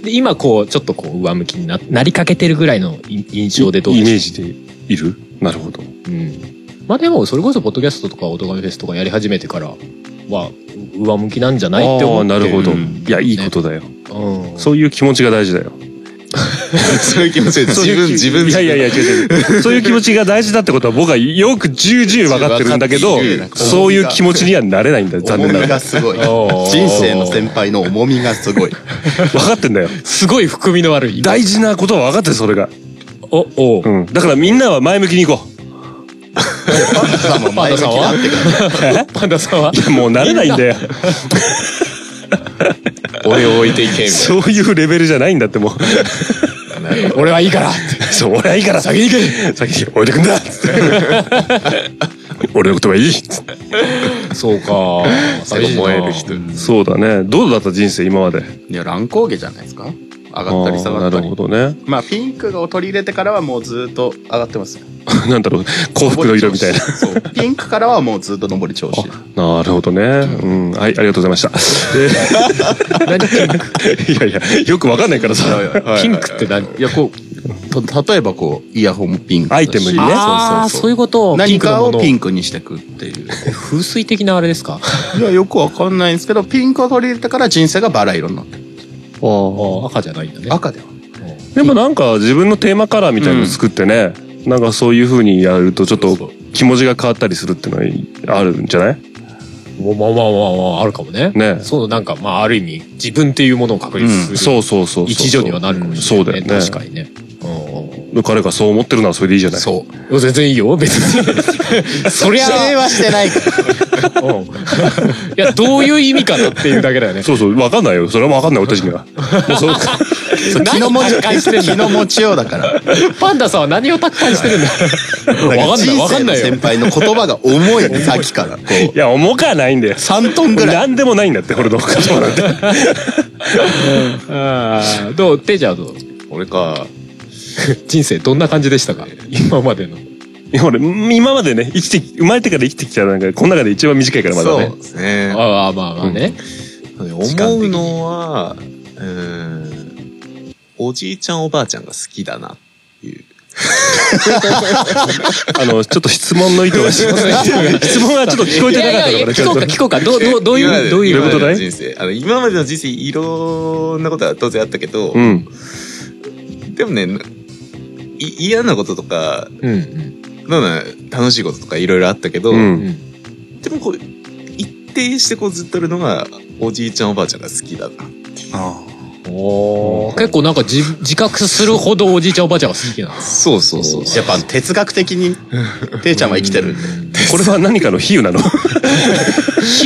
[SPEAKER 1] で今こう、ちょっとこう、上向きにななりかけてるぐらいのい印象でどう
[SPEAKER 3] イ
[SPEAKER 1] で
[SPEAKER 3] メー
[SPEAKER 1] し
[SPEAKER 3] ジでいるなるほど
[SPEAKER 1] ょううん。まあでも、それこそ、ポッドキャストとか、オトガメフェスとかやり始めてからは、う上向きなんじゃないって思っ
[SPEAKER 3] ああ
[SPEAKER 1] て
[SPEAKER 3] なるほど、
[SPEAKER 2] うん
[SPEAKER 3] いやいいことだよ、
[SPEAKER 1] ど。うん。
[SPEAKER 3] そういう気持ちが大事だ よ
[SPEAKER 6] そういう気持ちで自
[SPEAKER 3] そういう
[SPEAKER 6] 分、
[SPEAKER 3] 気
[SPEAKER 6] 自分。
[SPEAKER 3] いやいやいや違う 違うそういう気持ちが大事だってことは僕はよく重々分かってるんだけど
[SPEAKER 2] 分かっている
[SPEAKER 3] そういう気持ちにはなれないんだよ残
[SPEAKER 2] 重
[SPEAKER 3] 念なが
[SPEAKER 2] み
[SPEAKER 3] ら
[SPEAKER 2] がすごい
[SPEAKER 1] ー
[SPEAKER 2] 人生の先輩の重みがすごい
[SPEAKER 3] 分かってんだよ
[SPEAKER 1] すごい含みの悪い。
[SPEAKER 3] 大事なことは分かってるそれが、
[SPEAKER 1] お、おう。
[SPEAKER 3] うん、だからみんなは前向きに行こう
[SPEAKER 2] パンダさんも前向きになってくる
[SPEAKER 1] パンダさんはい
[SPEAKER 3] やもうなれないんだよ
[SPEAKER 6] 俺を置いていけ、みたい
[SPEAKER 3] そういうレベルじゃないんだってもう
[SPEAKER 1] 俺はいいから
[SPEAKER 3] そう俺はいいから先に行け先に置いてくん だっつって俺のことはいいっつって
[SPEAKER 1] そうか。
[SPEAKER 6] な。最後燃える人。
[SPEAKER 3] そうだねどうだった人生今まで
[SPEAKER 2] いや乱高下じゃないですか上がったり下が
[SPEAKER 3] あ
[SPEAKER 2] っ
[SPEAKER 3] ーな
[SPEAKER 2] た
[SPEAKER 3] る
[SPEAKER 2] り
[SPEAKER 3] ほどね。
[SPEAKER 2] まあピンクを取り入れてからはもうずっと上がってます
[SPEAKER 3] なんだろう、幸福の色みたいな。
[SPEAKER 2] そうピンクからはもうずっと上り調子
[SPEAKER 3] なるほどね。うん。はい、ありがとうございました。えー いやいや、よくわかんないからさ。
[SPEAKER 2] ピンクって何いやこうた例えばこうイヤホンもピンクだし
[SPEAKER 3] アイテムにね
[SPEAKER 1] ああ、そういうこと。
[SPEAKER 2] 何かをピ
[SPEAKER 1] ンク
[SPEAKER 2] ンクにしてくってい
[SPEAKER 1] の
[SPEAKER 2] う
[SPEAKER 1] もの。風水的なあれですか
[SPEAKER 2] いやよくわかんないんですけどピンクを取り入れてから人生がバラ色になってる
[SPEAKER 1] ああ赤じゃないんだね。
[SPEAKER 2] 赤では
[SPEAKER 3] でもなんか自分のテーマカラーみたいの作ってね、なんかそういう風にやるとちょっと気持ちが変わったりするってのはあるんじゃない
[SPEAKER 1] まあまあまあまあまあ、あるかもね。
[SPEAKER 3] ね
[SPEAKER 1] そう、なんか、まあ、ある意味、自分っていうものを確立する。
[SPEAKER 3] そうそうそうそう。
[SPEAKER 1] 一助にはなるかもしれない、ね
[SPEAKER 3] そうだよね
[SPEAKER 1] 確かにね。うん
[SPEAKER 3] 彼がそう思ってるならそれでいいじゃない
[SPEAKER 2] そう
[SPEAKER 1] いや全然いいよ、別に。そりゃ、
[SPEAKER 2] 否定はして ないから
[SPEAKER 1] うんいや、どういう意味かなっていうだけだよね。
[SPEAKER 3] そうそう、わかんないよ。それもわかんない、俺たちには。もうそう
[SPEAKER 2] 気の持ち
[SPEAKER 1] 何を達観してんだ
[SPEAKER 2] 気の持ちようだから
[SPEAKER 1] パンダさんは何を達観してるんだわかんない、わかんない
[SPEAKER 2] 人生の
[SPEAKER 1] よ
[SPEAKER 2] 先。輩の言葉が重 いねさっきからこう
[SPEAKER 3] いや、重くはないんだよ。
[SPEAKER 2] 3トンぐらい
[SPEAKER 3] 何でもないんだって、俺の言葉なんて。
[SPEAKER 1] あーどう、てじゃあどう
[SPEAKER 6] 俺か。
[SPEAKER 1] 人生どんな感じでしたか今までの。
[SPEAKER 3] いや俺、今までね、生きて、生まれてから生きてきたなんか、この中で一番短いから、まだ
[SPEAKER 6] そう
[SPEAKER 3] ね。
[SPEAKER 6] ですね。
[SPEAKER 1] ああ、まあまあね。
[SPEAKER 6] 思うのは、うーん、おじいちゃんおばあちゃんが好きだなっていう。
[SPEAKER 3] あの、ちょっと質問の意図がしますね。質問がちょっと聞こえ
[SPEAKER 1] い
[SPEAKER 3] てなかっ
[SPEAKER 1] や
[SPEAKER 3] た
[SPEAKER 1] いや
[SPEAKER 3] のか
[SPEAKER 1] いや、
[SPEAKER 3] な、ち
[SPEAKER 1] 聞
[SPEAKER 3] ょ
[SPEAKER 1] こう
[SPEAKER 3] っ
[SPEAKER 1] か
[SPEAKER 3] と。
[SPEAKER 1] 聞こうか。どう、どう、どう
[SPEAKER 6] 今まで
[SPEAKER 1] いう、どういう
[SPEAKER 3] どういうことだい
[SPEAKER 6] 今までの人生。あの、今までの人生、いろんなことは当然あったけど、
[SPEAKER 3] うん。
[SPEAKER 6] でもね、い嫌なこととか、
[SPEAKER 1] うん
[SPEAKER 6] なんだ楽しいこととかいろいろあったけど、
[SPEAKER 3] うん
[SPEAKER 1] うん。うん。
[SPEAKER 6] でもこう、一定してこうずっとるのが、おじいちゃんおばあちゃんが好きだな。
[SPEAKER 1] おー結構なんか自自覚するほどおじいちゃんおばあちゃんが好きなの。
[SPEAKER 6] そうそうそう。
[SPEAKER 2] やっぱ哲学的 にていちゃんは生きてるんで
[SPEAKER 3] これは何かの比喩なの
[SPEAKER 1] 比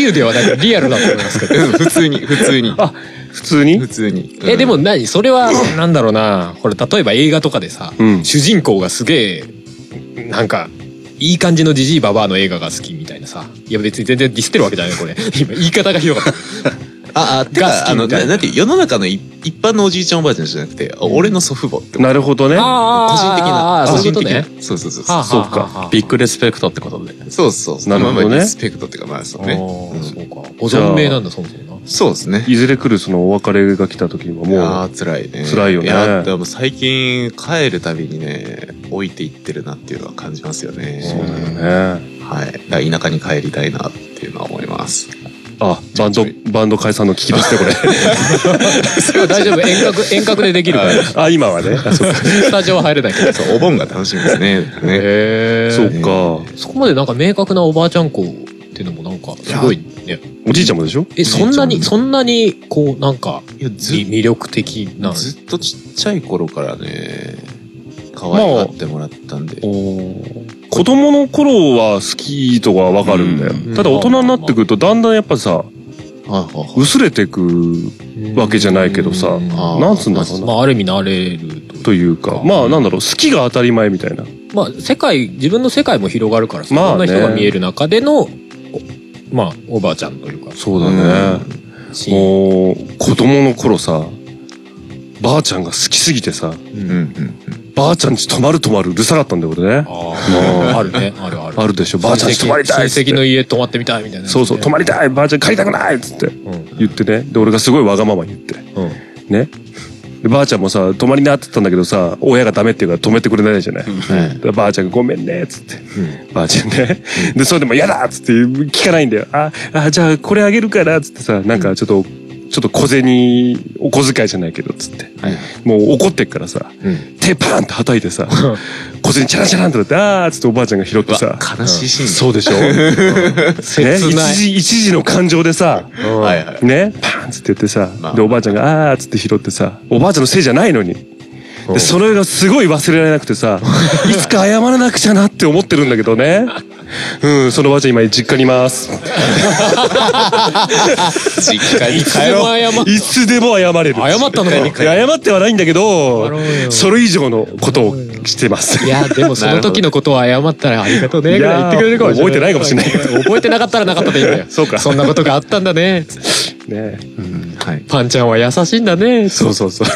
[SPEAKER 1] 喩ではなくリアルだと思いますけど。
[SPEAKER 6] うん普 通に、普通に。
[SPEAKER 3] あ、普通に
[SPEAKER 6] 普通に。
[SPEAKER 1] え、でも何それは、なんだろうな。これ、例えば映画とかでさ、
[SPEAKER 3] うん
[SPEAKER 1] 主人公がすげえ、なんか、いい感じのジジイババアの映画が好きみたいなさ。いや別に全然ディスってるわけじゃないこれ。 今言い方がひどかった。
[SPEAKER 6] あ、あ、て
[SPEAKER 1] が好
[SPEAKER 6] か、
[SPEAKER 1] き
[SPEAKER 6] あの、
[SPEAKER 1] みたいな
[SPEAKER 6] ななんていう世の中のい一般のおじいちゃんおばあちゃんじゃなくて、あ俺の祖父母って。
[SPEAKER 3] なるほどね。
[SPEAKER 6] 個
[SPEAKER 1] 個
[SPEAKER 6] 人的な、
[SPEAKER 1] そ
[SPEAKER 6] 個
[SPEAKER 1] ういう
[SPEAKER 6] 人
[SPEAKER 1] こと
[SPEAKER 6] 的な
[SPEAKER 1] ね。。
[SPEAKER 6] そうそうそう。
[SPEAKER 1] はあはあ
[SPEAKER 3] そうか
[SPEAKER 1] はあはあ
[SPEAKER 2] ビッグレスペクトってことで
[SPEAKER 6] そうそう。
[SPEAKER 3] なるほどね
[SPEAKER 6] まあまあリスペクトっていうか、まあそうね。
[SPEAKER 1] あ
[SPEAKER 6] うん
[SPEAKER 1] ーそうか。ご存命なんだ、そもそもな。
[SPEAKER 6] そうですね。
[SPEAKER 3] いずれ来るそのお別れが来た時にはもう、
[SPEAKER 6] ああ、辛いね。
[SPEAKER 3] 辛いよね
[SPEAKER 6] や、でも最近帰るたびにね、置いていってるなっていうのは感じますよね。
[SPEAKER 3] そうだよね。
[SPEAKER 6] はい。だから田舎に帰りたいなっていうのは思います。
[SPEAKER 3] あ、バンド、バンド解散の危機ですね、こ れ。
[SPEAKER 1] 大丈夫、遠 隔、遠隔でできるから。ス
[SPEAKER 3] あ、今はね。あそうか。
[SPEAKER 1] タジオは入れ ないけど。
[SPEAKER 6] そう、お盆が楽しみですね。ね
[SPEAKER 1] へえ。
[SPEAKER 3] そう
[SPEAKER 1] そ
[SPEAKER 3] か。
[SPEAKER 1] こまでなんか明確なおばあちゃん子っていうのもなんか、すごいね。
[SPEAKER 3] おじいちゃんもでしょ
[SPEAKER 1] え、そんなに、そんなに、こう、なんか、
[SPEAKER 6] いや、ず
[SPEAKER 1] 魅魅力的な。
[SPEAKER 6] ずっとちっちゃい頃からね、可愛がってもらったんで。
[SPEAKER 3] 子供の頃は好きとかわかるんだよ、
[SPEAKER 1] うん
[SPEAKER 3] ただ大人になってくるとだんだんやっぱさ
[SPEAKER 6] はいはいはい
[SPEAKER 3] 薄れてくわけじゃないけど
[SPEAKER 1] う
[SPEAKER 3] さ
[SPEAKER 1] ん
[SPEAKER 6] あー
[SPEAKER 3] なんつうんだろう
[SPEAKER 1] ま
[SPEAKER 3] な
[SPEAKER 1] あ、ある意味慣れると。
[SPEAKER 3] というかまあなんだろう好きが当たり前みたいな
[SPEAKER 1] まあ、世界、自分の世界も広がるからさ、い
[SPEAKER 3] まあ
[SPEAKER 1] ろんな
[SPEAKER 3] ね
[SPEAKER 1] 人が見える中での、おまあ、おばあちゃんというか、
[SPEAKER 3] そううだね、
[SPEAKER 1] シーン。
[SPEAKER 3] もう子供の頃さばあちゃんが好きすぎてさ
[SPEAKER 6] んうんうん。
[SPEAKER 3] ばあちゃんち泊まる泊まるうるさかったんだよ俺ね
[SPEAKER 1] あーあるね、あるある。
[SPEAKER 3] あるでしょばあちゃんち泊まりたいっつ
[SPEAKER 1] 親
[SPEAKER 3] っ
[SPEAKER 1] 戚の
[SPEAKER 3] て
[SPEAKER 1] 家泊まってみたいみたいな。
[SPEAKER 3] そうそう泊まりたいばあちゃん帰りたくないっつって
[SPEAKER 1] うん
[SPEAKER 3] 言ってねで俺がすごいわがまま言って
[SPEAKER 1] うん。
[SPEAKER 3] ね。でばあちゃんもさ、泊まりなって言ったんだけどさ、親がダメって言うから止めてくれないじゃない。だからばあちゃんがごめんね、っつって。ばあちゃんね。で、それでも嫌だっつって聞かないんだよ。あ、あ、じゃあこれあげるから、っつってさ、なんかちょっと、ちょっと小銭、お小遣いじゃないけど、つって。もう怒ってっからさ、手パーンって叩いて さ、小銭チャラチャランってなって、あーっつっておばあちゃんが拾ってさ。
[SPEAKER 6] 悲しいシーンだ
[SPEAKER 3] そうでしょね
[SPEAKER 1] 切ない
[SPEAKER 3] 一時、一時の感情でさ、
[SPEAKER 6] はいはい。
[SPEAKER 3] ね、パーンつって言ってさ、
[SPEAKER 6] まあ
[SPEAKER 3] でおばあちゃんが「あー」っつって拾ってさおばあちゃんのせいじゃないのに。でそれがすごい忘れられなくてさいつか謝らなくちゃなって思ってるんだけどねうんそのおばあちゃん今実家にいます
[SPEAKER 6] 実家に
[SPEAKER 1] いつでも謝っ
[SPEAKER 3] いつでも謝れる
[SPEAKER 1] 謝ったのか
[SPEAKER 3] いや謝ってはないんだけど
[SPEAKER 1] ろうよ
[SPEAKER 3] それ以上のことをしてます
[SPEAKER 1] いや、でもその時のことは謝ったらありがとうね、
[SPEAKER 3] い
[SPEAKER 1] ぐらい言
[SPEAKER 3] や
[SPEAKER 1] ってくれるかもしれない。
[SPEAKER 3] 覚えてないかもしれない
[SPEAKER 1] 覚えてなかったらなかったでいいんだよ。
[SPEAKER 3] そうか
[SPEAKER 1] そんなことがあったんだね。
[SPEAKER 3] ね、
[SPEAKER 6] はい。
[SPEAKER 1] パンちゃんは優しいんだね。
[SPEAKER 3] そうそうそう。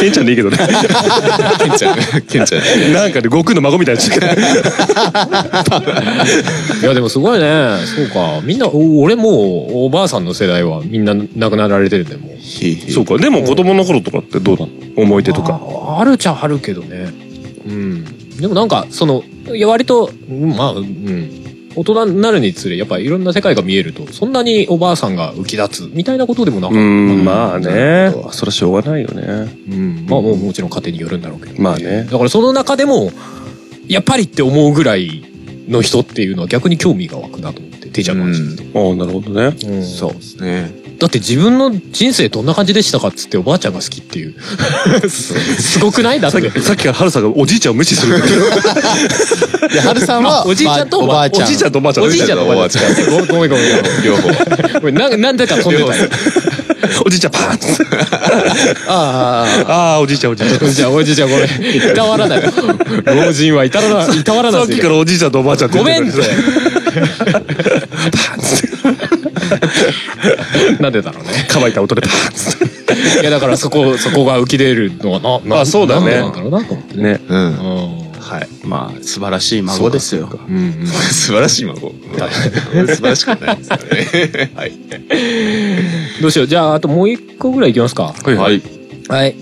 [SPEAKER 3] ケンちゃんでいいけど ね。
[SPEAKER 6] ケンちゃん、ケンちゃん。
[SPEAKER 3] なんかね、悟空の孫みたいな。
[SPEAKER 1] いやでもすごいね。そうか。みんな、お俺もうおばあさんの世代はみんな亡くなられてるね、もう。
[SPEAKER 3] そうか。でも子供の頃とかってどうなの思い出とか。
[SPEAKER 1] ああるっちゃあるけどねうんでもなんかそのいや割とまあうん大人になるにつれやっぱいろんな世界が見えるとそんなにおばあさんが浮き立つみたいなことでもな
[SPEAKER 3] う
[SPEAKER 1] かっ
[SPEAKER 3] ん、まあね。それはしょうがないよ
[SPEAKER 1] た、
[SPEAKER 3] ね。
[SPEAKER 1] うんまあもうもちろん家庭によるんだろうけど
[SPEAKER 3] まあね。
[SPEAKER 1] だからその中でもやっぱりって思うぐらいの人っていうのは逆に興味が湧くなと思っててちゃんの話聞いて、
[SPEAKER 3] ああ、なるほどね。
[SPEAKER 1] うん
[SPEAKER 6] そうですね。
[SPEAKER 1] だって自分の人生どんな感じでしたかっつっておばあちゃんが好きっていうすすごくないだっ
[SPEAKER 3] さって きさっきからハルさんがおじいちゃんを無視する。
[SPEAKER 2] で、ハルさん
[SPEAKER 1] あ
[SPEAKER 2] は、
[SPEAKER 1] おじいちゃんと
[SPEAKER 2] ばおばあちゃん。
[SPEAKER 3] おじいちゃんとおばあちゃん。
[SPEAKER 1] おじいちゃんとおばあちゃんごめんごめんごめん
[SPEAKER 6] 両方。
[SPEAKER 1] これなんなんでか飛んでたよ。
[SPEAKER 3] おじいちゃんパーンつって
[SPEAKER 2] あ
[SPEAKER 3] ああ、おじいちゃんおじいちゃん。
[SPEAKER 1] じゃあおじいちゃんごめん。いたわらない。老人はいたわらない。いたわらない
[SPEAKER 3] さっきからおじいちゃんとおばあちゃんって
[SPEAKER 1] ご
[SPEAKER 3] 言
[SPEAKER 1] め
[SPEAKER 3] る
[SPEAKER 1] んって。なんでだろうね。
[SPEAKER 3] 乾いた音でパーンつっ
[SPEAKER 1] いやだからそこ、そこが浮き出るのはな、な
[SPEAKER 3] あそうだね
[SPEAKER 1] なんでなんだろうなと思って
[SPEAKER 3] て。ね。
[SPEAKER 6] うん。
[SPEAKER 2] あ。はい。まあ、素晴らしい孫ですよ。
[SPEAKER 1] うんうん。
[SPEAKER 6] 素晴らしい孫。素晴らしくないですよね。はい。
[SPEAKER 1] どうしよう。じゃああともう一個ぐらいいきますか。
[SPEAKER 3] はいはい。
[SPEAKER 1] はい。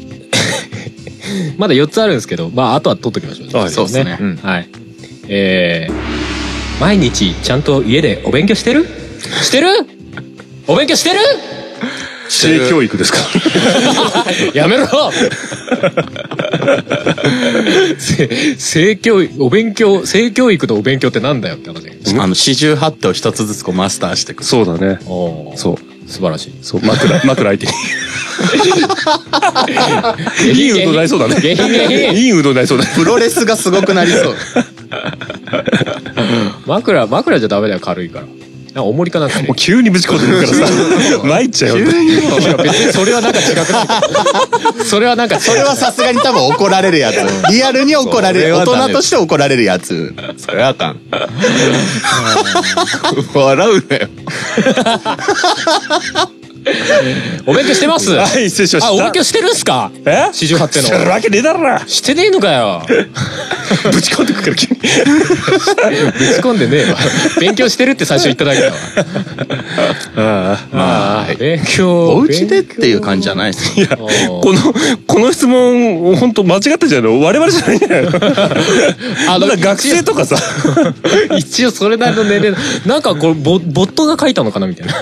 [SPEAKER 1] まだ4つあるんですけど、まああとは取っときましょう。
[SPEAKER 3] はい
[SPEAKER 2] そうですね。
[SPEAKER 6] うん。
[SPEAKER 1] はい。えー、毎日ちゃんと家でお勉強してるしてるお勉強してる
[SPEAKER 3] 知恵教育ですか。
[SPEAKER 1] やめろせ性教育、お勉強、性教育とお勉強ってなんだよって話。
[SPEAKER 2] あの、四十八手を一つずつこうマスターしていく。
[SPEAKER 3] そうだね。
[SPEAKER 1] お
[SPEAKER 3] そう。
[SPEAKER 1] 素晴らしい。
[SPEAKER 3] そう、 枕、枕相手に。いい運動になりそうだね。
[SPEAKER 1] 下品下品
[SPEAKER 3] いい運動になりそうだね。
[SPEAKER 2] プロレスがすごくなりそう。
[SPEAKER 1] 枕、枕じゃダメだよ、軽いから。なんか重りかなんかね
[SPEAKER 3] もう。急にぶち込んでるから さ、参っちゃう
[SPEAKER 1] い
[SPEAKER 3] よ。
[SPEAKER 1] や別にそれはなんか違くない それはなんか違う、
[SPEAKER 2] それはさすがに多分怒られるやつ。リアルに怒られる。
[SPEAKER 6] それ
[SPEAKER 2] 大
[SPEAKER 6] はダメ
[SPEAKER 2] 人として怒られるやつ。
[SPEAKER 6] それはあかん。笑うなよ。
[SPEAKER 1] お勉強してますあ、
[SPEAKER 3] はい、失礼しました。
[SPEAKER 1] お勉強してるんすか
[SPEAKER 3] え
[SPEAKER 1] 四十八手の
[SPEAKER 3] するわけねえだろな。
[SPEAKER 1] してねえのかよ。
[SPEAKER 3] ぶち込んでくから君。
[SPEAKER 1] ぶち込んでねえわ。勉強してるって最初言っただけだわ。
[SPEAKER 3] ああ。
[SPEAKER 1] まあ、勉強。
[SPEAKER 2] お家でっていう感じじゃないですね。
[SPEAKER 1] こ
[SPEAKER 3] この、この質問、本当間違ったじゃないの我々じゃないんじゃないの
[SPEAKER 1] あ
[SPEAKER 3] まだ学生とかさ、
[SPEAKER 1] 一応それなりの年齢のなんかこれボボットが書いたのかなみたいない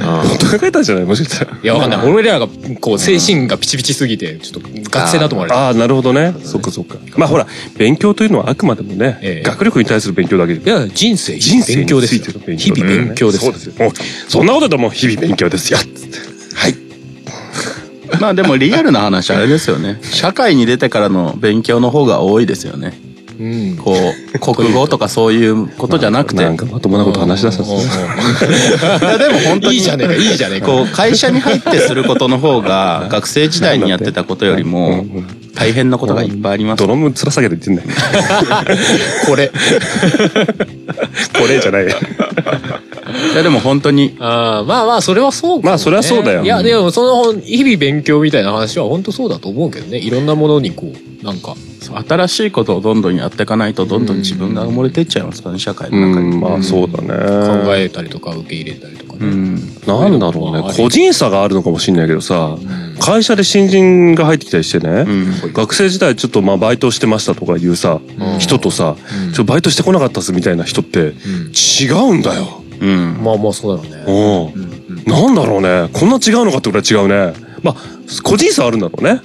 [SPEAKER 6] あ
[SPEAKER 3] 考えたんじゃないもしかしたら。
[SPEAKER 1] やわかんない俺らがこう精神がピチピチすぎてちょっと学生だと思われた
[SPEAKER 3] ああ、なるほどね。そっかそっか。まあほら、勉強というのはあくまでもね、
[SPEAKER 1] ええ
[SPEAKER 3] 学力に対する勉強だけ
[SPEAKER 1] い
[SPEAKER 3] で。
[SPEAKER 1] や人生
[SPEAKER 3] 人生
[SPEAKER 1] 勉
[SPEAKER 3] に
[SPEAKER 1] 強で
[SPEAKER 3] つ
[SPEAKER 1] す
[SPEAKER 3] い
[SPEAKER 1] よ
[SPEAKER 3] ての勉
[SPEAKER 1] 日
[SPEAKER 3] 強だ
[SPEAKER 1] 々
[SPEAKER 3] から
[SPEAKER 1] 勉
[SPEAKER 3] ね、
[SPEAKER 1] 強です
[SPEAKER 3] そうですよ。もうそんなことでもう日々勉強ですよ。はい。
[SPEAKER 2] まあでもリアルな話あれですよね。社会に出てからの勉強の方が多いですよね。
[SPEAKER 1] うん
[SPEAKER 2] こう、国語とかそういうことじゃなくて。
[SPEAKER 3] なんかまともなこと話し出したっすね
[SPEAKER 2] いやでも本当に
[SPEAKER 1] いいじゃねえかいいじゃねえか
[SPEAKER 2] こう会社に入ってすることの方が学生時代にやってたことよりも大変なことがいっぱいあります
[SPEAKER 3] ドラム面下げて言ってんだよ。
[SPEAKER 1] これ
[SPEAKER 3] これじゃない。
[SPEAKER 2] いやでも本当に
[SPEAKER 1] あーまあまあそれはそうかもね
[SPEAKER 3] まあそれはそうだよ
[SPEAKER 1] いやでもその日々勉強みたいな話は本当そうだと思うけどねいろんなものにこうなんか
[SPEAKER 2] 新しいことをどんどんやっていかないとどんどん自分が埋もれてっちゃいますからね社会
[SPEAKER 3] う
[SPEAKER 2] の中
[SPEAKER 3] ん、
[SPEAKER 2] に。
[SPEAKER 3] まあそうだね。
[SPEAKER 1] 考えたりとか受け入れたりとかね、
[SPEAKER 2] うん
[SPEAKER 3] なんだろうね。個人差があるのかもしれないけどさ、
[SPEAKER 1] ん
[SPEAKER 3] 会社で新人が入ってきたりしてね、
[SPEAKER 2] うん
[SPEAKER 3] 学生時代ちょっとまあバイトしてましたとかいうさ、
[SPEAKER 1] うん
[SPEAKER 3] 人とさ、
[SPEAKER 1] うん
[SPEAKER 3] ちょっとバイトしてこなかったっすみたいな人って、違うんだよ。
[SPEAKER 2] うん
[SPEAKER 1] まあまあそうだろうね、
[SPEAKER 3] うん。なんだろうね。こんな違うのかってぐらい違うね。まあ、個人差あるんだろうね。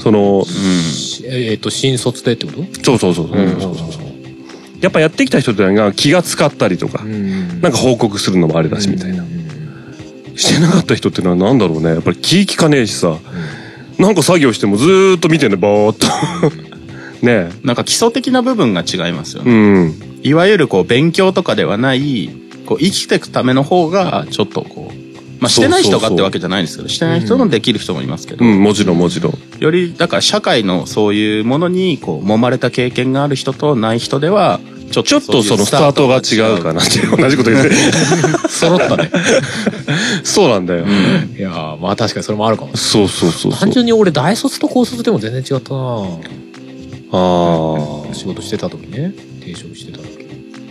[SPEAKER 3] その、
[SPEAKER 1] しえっ、と新卒でってこと
[SPEAKER 3] そうそうそうそう。そうそうそうやっぱやってきた人ってのが気が使ったりとか、
[SPEAKER 1] ん
[SPEAKER 3] なんか報告するのもあれだしみたいな。してなかった人ってのはなんだろうね。やっぱり気利かねえしさ、なんか作業してもずーっと見てんね、ぼーっと。 ね
[SPEAKER 2] なんか基礎的な部分が違いますよ
[SPEAKER 3] え。う
[SPEAKER 2] ね。
[SPEAKER 3] ん。
[SPEAKER 2] いわゆるこう勉強とかではないこう生きていくための方がちょっとこう。まあ、してない人がってわけじゃないですけどしてない人もできる人もいますけど、
[SPEAKER 3] うん、もちろんもちろん。
[SPEAKER 2] よりだから社会のそういうものにこう揉まれた経験がある人とない人ではちょっ
[SPEAKER 3] ちょっとそのスタートが違うかなっていう同じこと言ってる
[SPEAKER 1] 揃ったね。
[SPEAKER 3] そうなんだよ、
[SPEAKER 1] いやーまあ確かにそれもあるかもしれ
[SPEAKER 3] そうそうそう
[SPEAKER 1] ない。
[SPEAKER 3] そう
[SPEAKER 1] 単純に俺大卒と高卒でも全然違ったな
[SPEAKER 3] ああ
[SPEAKER 1] 仕事してた時ね提唱してた時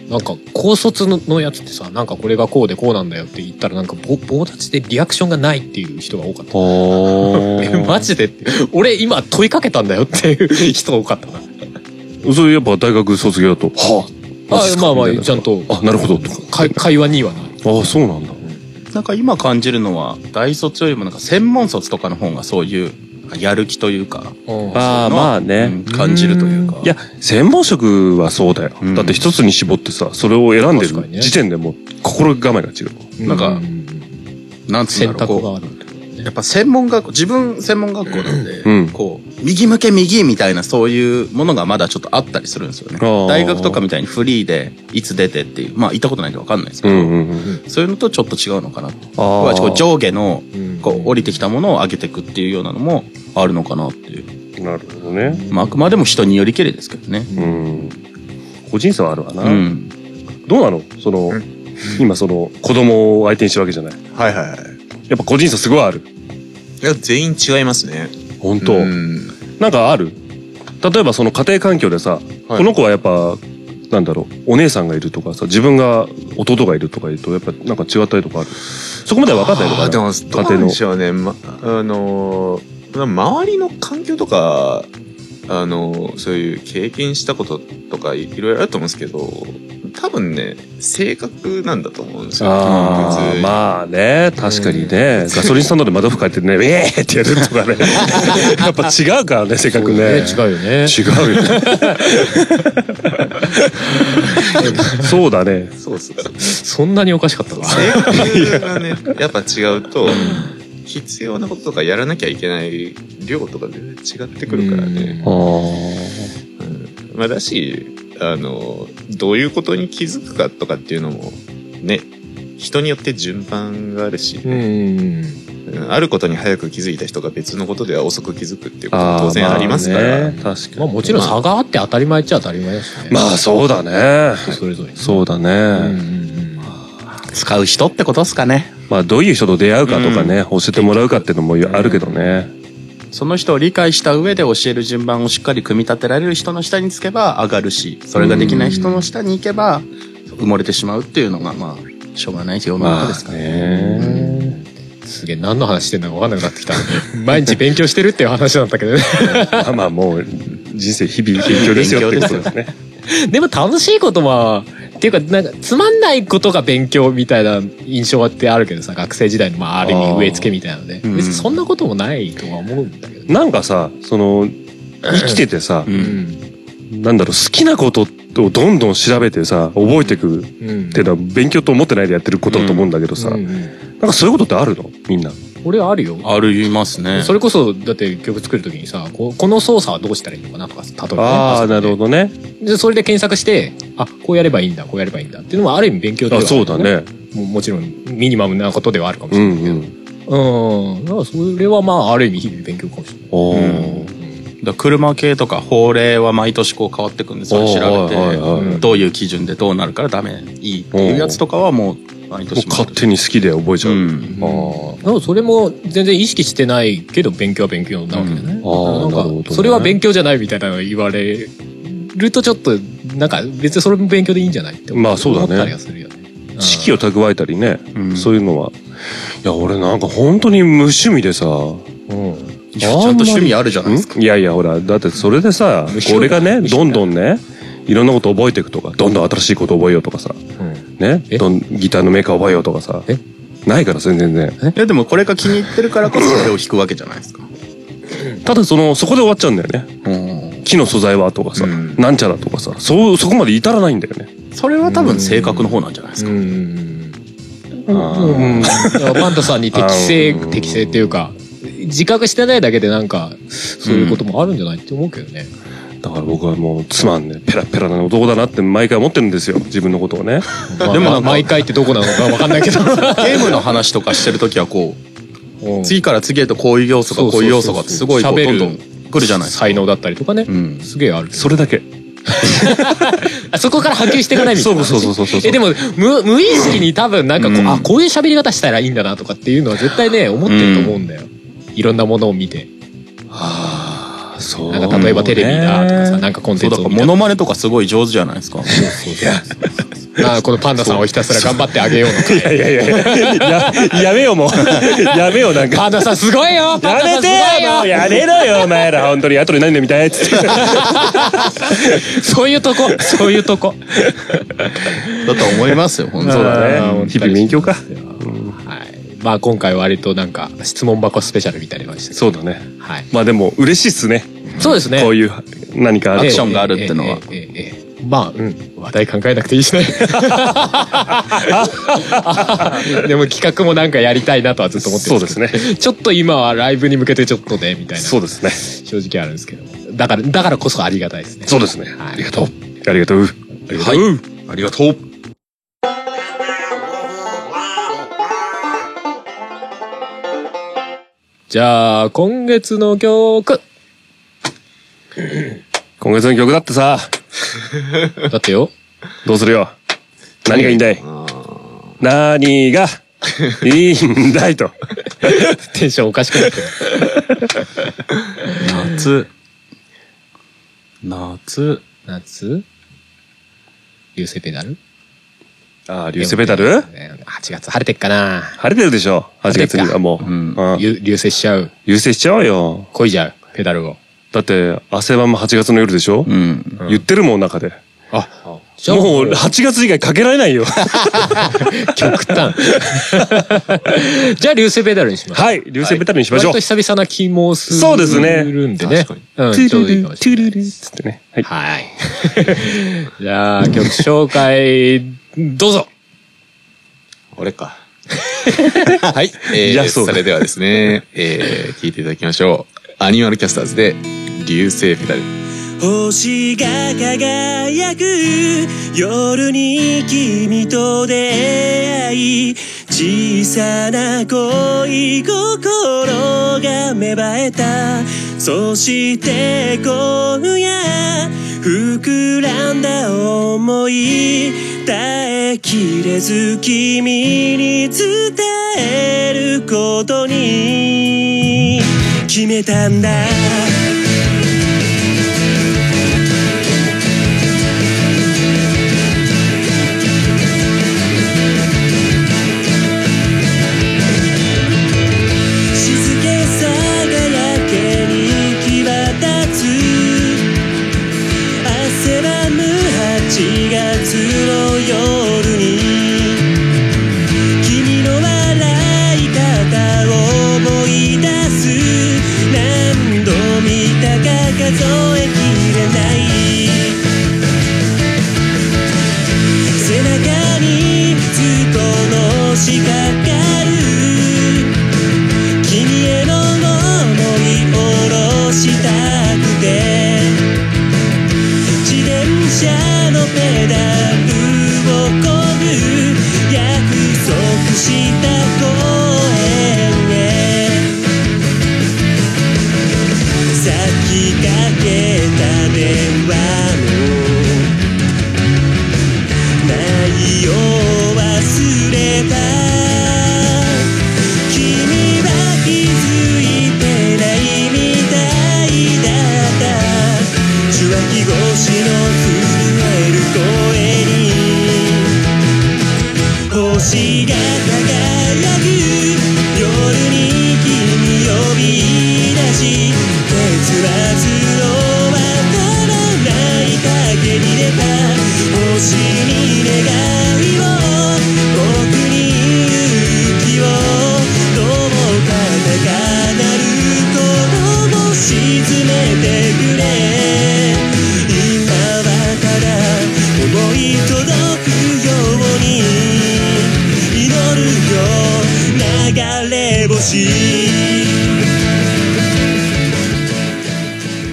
[SPEAKER 1] なんか高卒ののやつってさなんかこれがこうでこうなんだよって言ったらなんかぼ棒立ちでリアクションがないっていう人が多かった
[SPEAKER 3] お
[SPEAKER 1] えマジでって俺今問いかけたんだよっていう人多かったな
[SPEAKER 3] それやっぱ大学卒業だとはあマジっ
[SPEAKER 1] あ
[SPEAKER 3] すか
[SPEAKER 1] まあま
[SPEAKER 3] みたい
[SPEAKER 1] あ
[SPEAKER 3] な
[SPEAKER 1] ちゃんと
[SPEAKER 3] あなるほどと
[SPEAKER 1] か
[SPEAKER 3] か
[SPEAKER 1] 会話にはない
[SPEAKER 3] ああそうなんだ
[SPEAKER 2] なんか今感じるのは大卒よりもなんか専門卒とかの方がそういうやる気というか、
[SPEAKER 3] ああまあ
[SPEAKER 2] う
[SPEAKER 3] ね
[SPEAKER 2] ん、感じるというか
[SPEAKER 3] いや専門職はそうだよ、
[SPEAKER 2] うん
[SPEAKER 3] だって一つに絞ってさそれを選んで
[SPEAKER 1] 確かに
[SPEAKER 3] る
[SPEAKER 1] ね
[SPEAKER 3] 時点でもう心構えが違う
[SPEAKER 2] なんか、なんつうん
[SPEAKER 1] 選
[SPEAKER 2] だろ
[SPEAKER 1] 択
[SPEAKER 2] うこ
[SPEAKER 1] があるってこと
[SPEAKER 2] う
[SPEAKER 1] ね
[SPEAKER 2] やっぱ専門学校自分専門学校なんで、
[SPEAKER 3] うん
[SPEAKER 2] こう右向け右みたいなそういうものがまだちょっとあったりするんですよね
[SPEAKER 3] あー
[SPEAKER 2] 大学とかみたいにフリーでいつ出てっていうまあ行ったことないんで分かんないですけ
[SPEAKER 3] う
[SPEAKER 2] ど、
[SPEAKER 3] んうんうん
[SPEAKER 2] そういうのとちょっと違うのかなと
[SPEAKER 3] あ
[SPEAKER 2] 要はこう
[SPEAKER 3] ー
[SPEAKER 2] 上下の
[SPEAKER 1] うん
[SPEAKER 2] こう降りてきたものを上げていくっていうようなのもあるのかなっていう、
[SPEAKER 3] なるほどね
[SPEAKER 2] まあ、あくまでも人によりけりですけどね
[SPEAKER 3] うん個人差はあるわな、
[SPEAKER 2] うん
[SPEAKER 3] どうなのその、今その子供を相手にしてるわけじゃない
[SPEAKER 6] はいはいはい。
[SPEAKER 3] やっぱ個人差すごいある
[SPEAKER 6] いや、全員違いますね。
[SPEAKER 3] 本当、
[SPEAKER 6] うん
[SPEAKER 3] なんかある例えばその家庭環境でさ、この子はやっぱなんだろうお姉さんがいるとかさ自分が弟がいるとかいるとやっぱなんか違ったりとかあるそこまでは分かんないのか
[SPEAKER 6] あ
[SPEAKER 3] な
[SPEAKER 6] ーでも、どうなんでしょうね。ま、あのー、周りの環境とか、あのー、そういう経験したこととかいいろいろあると思うんですけど、多分ね、性格なんだと思うんですよ。
[SPEAKER 3] あ
[SPEAKER 6] 普通
[SPEAKER 3] あ
[SPEAKER 6] に
[SPEAKER 3] まあね確かにね、ガソリンスタンドで窓拭かれてね「ええ!」ってやるとかね やっぱ違うからね性格ね
[SPEAKER 1] そうね違うよね
[SPEAKER 3] 違うよね そうだね
[SPEAKER 6] そうそうそう。
[SPEAKER 1] そんなにおかしかったわ
[SPEAKER 6] 性格がね、やっぱ違うと、必要なこととかやらなきゃいけない量とか全然違ってくるからね。
[SPEAKER 3] あ
[SPEAKER 6] まあ、だし、あの、どういうことに気づくかとかっていうのも、ね、人によって順番があるし、
[SPEAKER 1] うん
[SPEAKER 6] うんあることに早く気づいた人が別のことでは遅く気づくっていうことも
[SPEAKER 3] あ
[SPEAKER 6] 当然ありますから、
[SPEAKER 3] ね、確か
[SPEAKER 1] まあ
[SPEAKER 3] に
[SPEAKER 1] もちろん差があって当たり前っちゃ当たり前だしね
[SPEAKER 3] まあそうだね
[SPEAKER 1] それぞれ
[SPEAKER 3] そうだね、
[SPEAKER 1] うんうん
[SPEAKER 2] 使う人ってことですかね
[SPEAKER 3] まあどういう人と出会うかとかね、教えてもらうかっていうのもあるけどね、
[SPEAKER 2] その人を理解した上で教える順番をしっかり組み立てられる人の下につけば上がるしそれができない人の下に行けば埋もれてしまうっていうのがまあしょうがない世の中
[SPEAKER 3] ま
[SPEAKER 2] ですか
[SPEAKER 3] あ
[SPEAKER 2] ね。
[SPEAKER 3] ね
[SPEAKER 1] うんすげえ何の話してんのか分かんなくなってきた毎日勉強してるっていう話なんだけどね
[SPEAKER 3] まあまあもう人生日々勉強ですよってことですね
[SPEAKER 1] でも楽しいことはっていうかなんかつまんないことが勉強みたいな印象ってあるけどさ学生時代のまあある意
[SPEAKER 3] あー
[SPEAKER 1] 味植え付けみたいなので
[SPEAKER 2] うん
[SPEAKER 1] 別にそんなこともないとは思うんだけどね
[SPEAKER 3] なんかさその生きててさ、
[SPEAKER 1] うん
[SPEAKER 3] なんだろう好きなことをどんどん調べてさ覚えてくっ
[SPEAKER 1] うん
[SPEAKER 3] ていうのは勉強と思ってないでやってることだと思うんだけどさ、
[SPEAKER 1] うんうん
[SPEAKER 3] なんかそういうことってあるのみんな
[SPEAKER 1] 俺あるよ
[SPEAKER 2] ありますね
[SPEAKER 1] それこそだって曲作る時にさここの操作はどうしたらいいのかなとか例えばね
[SPEAKER 3] ああ
[SPEAKER 1] パソコンで
[SPEAKER 3] なるほどね
[SPEAKER 1] でそれで検索してあこうやればいいんだこうやればいいんだっていうのはある意味勉強では
[SPEAKER 3] あ
[SPEAKER 1] ある
[SPEAKER 3] そうだね
[SPEAKER 1] ももちろんミニマムなことではあるかもし
[SPEAKER 3] う
[SPEAKER 1] れ
[SPEAKER 3] ん
[SPEAKER 1] な
[SPEAKER 3] う
[SPEAKER 1] いけ
[SPEAKER 3] ん
[SPEAKER 1] どうんだからそれはまあある意味日々勉強かもしれない
[SPEAKER 3] お
[SPEAKER 2] うん
[SPEAKER 3] ー
[SPEAKER 2] だから車系とか法令は毎年こう変わってくんですよ
[SPEAKER 3] おー
[SPEAKER 2] 調べ
[SPEAKER 3] はいはいはい
[SPEAKER 2] てどういう基準でどうなるからダメいいっていうやつとかはもう毎
[SPEAKER 3] もう
[SPEAKER 2] 年
[SPEAKER 3] 勝手に好きで覚えちゃう、
[SPEAKER 2] うん
[SPEAKER 3] あー
[SPEAKER 1] だからそれも全然意識してないけど勉強は勉強なわけじゃない、
[SPEAKER 2] う
[SPEAKER 1] だ
[SPEAKER 3] あー
[SPEAKER 1] から
[SPEAKER 3] なる
[SPEAKER 1] な
[SPEAKER 3] ほ
[SPEAKER 1] ん
[SPEAKER 3] ど
[SPEAKER 1] か
[SPEAKER 3] ね
[SPEAKER 1] それは勉強じゃないみたいなの言われるとちょっとなんか別にそれも勉強でいいんじゃないって思
[SPEAKER 3] まあそうだね
[SPEAKER 1] 思ったりはするよね
[SPEAKER 3] 知識を蓄えたりね、
[SPEAKER 2] うん
[SPEAKER 3] そういうのはいや俺なんか本当に無趣味でさ
[SPEAKER 2] いやちゃんと趣味あるじゃないですか
[SPEAKER 3] んいやいやほらだってそれでさ
[SPEAKER 1] 趣味
[SPEAKER 3] 俺がねどんどんねいろんなこと覚えていくとかどんどん新しいこと覚えようとかさ、ね
[SPEAKER 1] え
[SPEAKER 3] どんギターのメーカー覚えようとかさ
[SPEAKER 1] え
[SPEAKER 3] ないから全然全然
[SPEAKER 2] いやでもこれが気に入ってるからこそそれを弾くわけじゃないですか
[SPEAKER 3] ただそのそこで終わっちゃうんだよね
[SPEAKER 2] うん
[SPEAKER 3] 木の素材はとかさ、
[SPEAKER 2] うん
[SPEAKER 3] なんちゃらとかさそうそこまで至らないんだよね
[SPEAKER 2] それは多分性格の方なんじゃないですか
[SPEAKER 1] うん
[SPEAKER 3] あ
[SPEAKER 1] だからパンタさんに適 正
[SPEAKER 3] あー
[SPEAKER 1] 適正っていうか自覚してないだけでなんかそういうこともあるんじゃないって思うけどね、
[SPEAKER 3] ーだから僕はもうつまんねペラペラな男だなって毎回思ってるんですよ自分のことをね
[SPEAKER 1] まあ
[SPEAKER 2] でもなんか
[SPEAKER 1] 毎回ってどこなのかわかんないけど
[SPEAKER 2] ゲームの話とかしてるときはこ
[SPEAKER 1] う
[SPEAKER 2] う、
[SPEAKER 1] ん
[SPEAKER 2] 次から次へとこういう要素が
[SPEAKER 1] そう
[SPEAKER 2] こ
[SPEAKER 1] そうう
[SPEAKER 2] いう
[SPEAKER 1] そう
[SPEAKER 2] 要
[SPEAKER 1] そう
[SPEAKER 2] 素がってすごいこう
[SPEAKER 1] 喋
[SPEAKER 2] どん
[SPEAKER 1] る
[SPEAKER 2] どん来るじゃないですか。
[SPEAKER 1] 才能だったりとかね、
[SPEAKER 2] うん。
[SPEAKER 1] すげえあるけど
[SPEAKER 3] それだけ
[SPEAKER 1] あそこから波及していかないみたいな。
[SPEAKER 3] そうそうそうそうそう
[SPEAKER 1] え、でも、無、無意識に多分なんかこう、
[SPEAKER 6] うん
[SPEAKER 1] あ、こういう喋り方したらいいんだなとかっていうのは絶対ね、思ってると思うんだよ。いろんなものを見て。
[SPEAKER 3] ああ、そう。
[SPEAKER 1] なんか例えばテレビだとかさ、なんかコンテ
[SPEAKER 2] そう
[SPEAKER 1] ン
[SPEAKER 2] だ
[SPEAKER 1] ツ
[SPEAKER 2] か
[SPEAKER 1] を見
[SPEAKER 2] ら
[SPEAKER 1] た
[SPEAKER 2] モノマネとかすごい上手じゃないですか。
[SPEAKER 1] あこのパンダさんをひたすら頑張ってあげようのか
[SPEAKER 3] いやいやいや、ややめよもう。 やめよなんか。
[SPEAKER 1] パンダさんすごいよパン
[SPEAKER 3] や
[SPEAKER 1] ダさ
[SPEAKER 3] め
[SPEAKER 1] んす
[SPEAKER 3] てよも
[SPEAKER 1] ご
[SPEAKER 3] う
[SPEAKER 1] いよ
[SPEAKER 3] やめろよお前ら本当に後で何で見たいっつって。
[SPEAKER 1] そういうとこそういうとこ
[SPEAKER 2] だと思いますよ、本当
[SPEAKER 3] そう
[SPEAKER 1] あ
[SPEAKER 3] だ
[SPEAKER 1] ー
[SPEAKER 3] ね。日々勉強か。
[SPEAKER 1] はいまあ今回割となんか質問箱スペシャルみたいな感じで
[SPEAKER 3] そうだね。
[SPEAKER 1] はい
[SPEAKER 3] まあでも嬉しいっすね。
[SPEAKER 1] そうですね
[SPEAKER 3] こういう何かあ
[SPEAKER 2] ア
[SPEAKER 3] る
[SPEAKER 2] ク
[SPEAKER 3] と
[SPEAKER 2] ションがあるってのは
[SPEAKER 1] ええええええええまあうん話題考えなくていいし ねでも企画もなんかやりたいなとはずっと思って
[SPEAKER 3] そう
[SPEAKER 1] るんで
[SPEAKER 3] で
[SPEAKER 1] す
[SPEAKER 3] すね。
[SPEAKER 1] けどちょっと今はライブに向けてちょっとねみたいな
[SPEAKER 3] そうですね。
[SPEAKER 1] 正直あるんですけどもだからだからこそありがたいですね
[SPEAKER 3] そうですね。
[SPEAKER 1] はい
[SPEAKER 3] ありがとう。ありがとう。ありがとう。ありがとう。
[SPEAKER 1] じゃあ今月の曲
[SPEAKER 3] 今月の曲だってさ、
[SPEAKER 1] だって よ
[SPEAKER 3] どうするよ。何がいいんだい何がいいんだいと。
[SPEAKER 1] テンションおかしくなってる。
[SPEAKER 2] 夏。夏。
[SPEAKER 1] 夏流星ペダル
[SPEAKER 3] ああ、流星ペダル
[SPEAKER 1] ?8 月晴れてっかな
[SPEAKER 3] 晴れてるでしょ ?8 月にはもう。
[SPEAKER 2] ん
[SPEAKER 3] うん
[SPEAKER 1] ゆ流星しちゃう。
[SPEAKER 3] 流星しちゃおうよ。
[SPEAKER 1] こいじゃう。ペダルを。
[SPEAKER 3] だって、汗ばむ8月の夜でしょ、
[SPEAKER 2] うん。
[SPEAKER 3] 言ってるもん、中で。
[SPEAKER 1] あ、じゃあ
[SPEAKER 3] もう、8月以外かけら れないよ。
[SPEAKER 1] 極端。じゃあ流星ペダルにします。
[SPEAKER 3] はい、流星ペダルにしましょう。
[SPEAKER 1] 割と久々な気もする。
[SPEAKER 3] そうですね
[SPEAKER 1] るんでね。
[SPEAKER 6] 確かに
[SPEAKER 1] うん、
[SPEAKER 3] トゥ
[SPEAKER 1] ちょう
[SPEAKER 3] ル
[SPEAKER 1] どいい
[SPEAKER 3] ル
[SPEAKER 1] かも
[SPEAKER 3] ト
[SPEAKER 1] し
[SPEAKER 3] ゥ
[SPEAKER 1] れない。
[SPEAKER 3] ルルつってね。はい。
[SPEAKER 1] はい。 じゃあ、曲紹介、どうぞ。
[SPEAKER 6] 俺か。
[SPEAKER 2] はい。
[SPEAKER 6] え
[SPEAKER 3] いや
[SPEAKER 6] ー、
[SPEAKER 3] そう
[SPEAKER 6] そ
[SPEAKER 3] だ
[SPEAKER 6] れではですね、えー、聞いていただきましょう。アニマルキャスターズで、流星ペダル。
[SPEAKER 7] 星が輝く夜に君と出会い小さな恋心が芽生えたそして今夜膨らんだ想い耐えきれず君に伝えることに決めたんだ静けさがやけに際立つ汗ばむ8月の夜に君の笑い方を思い出す何度見たか数えきれない背中にずっとのしかかる君への想い下ろしたくて自転車のペダルをこぐ約束した公園へ咲きかけた電話の内容忘れた君は気づいてないみたいだった受話器越しの震える声に星が輝く夜に君呼び出し結末のわからない影に出た「星に願いを僕に言う」「勇気をどうか高鳴る鼓動を沈めてくれ」「今はただ思い届くように祈るよ流れ星」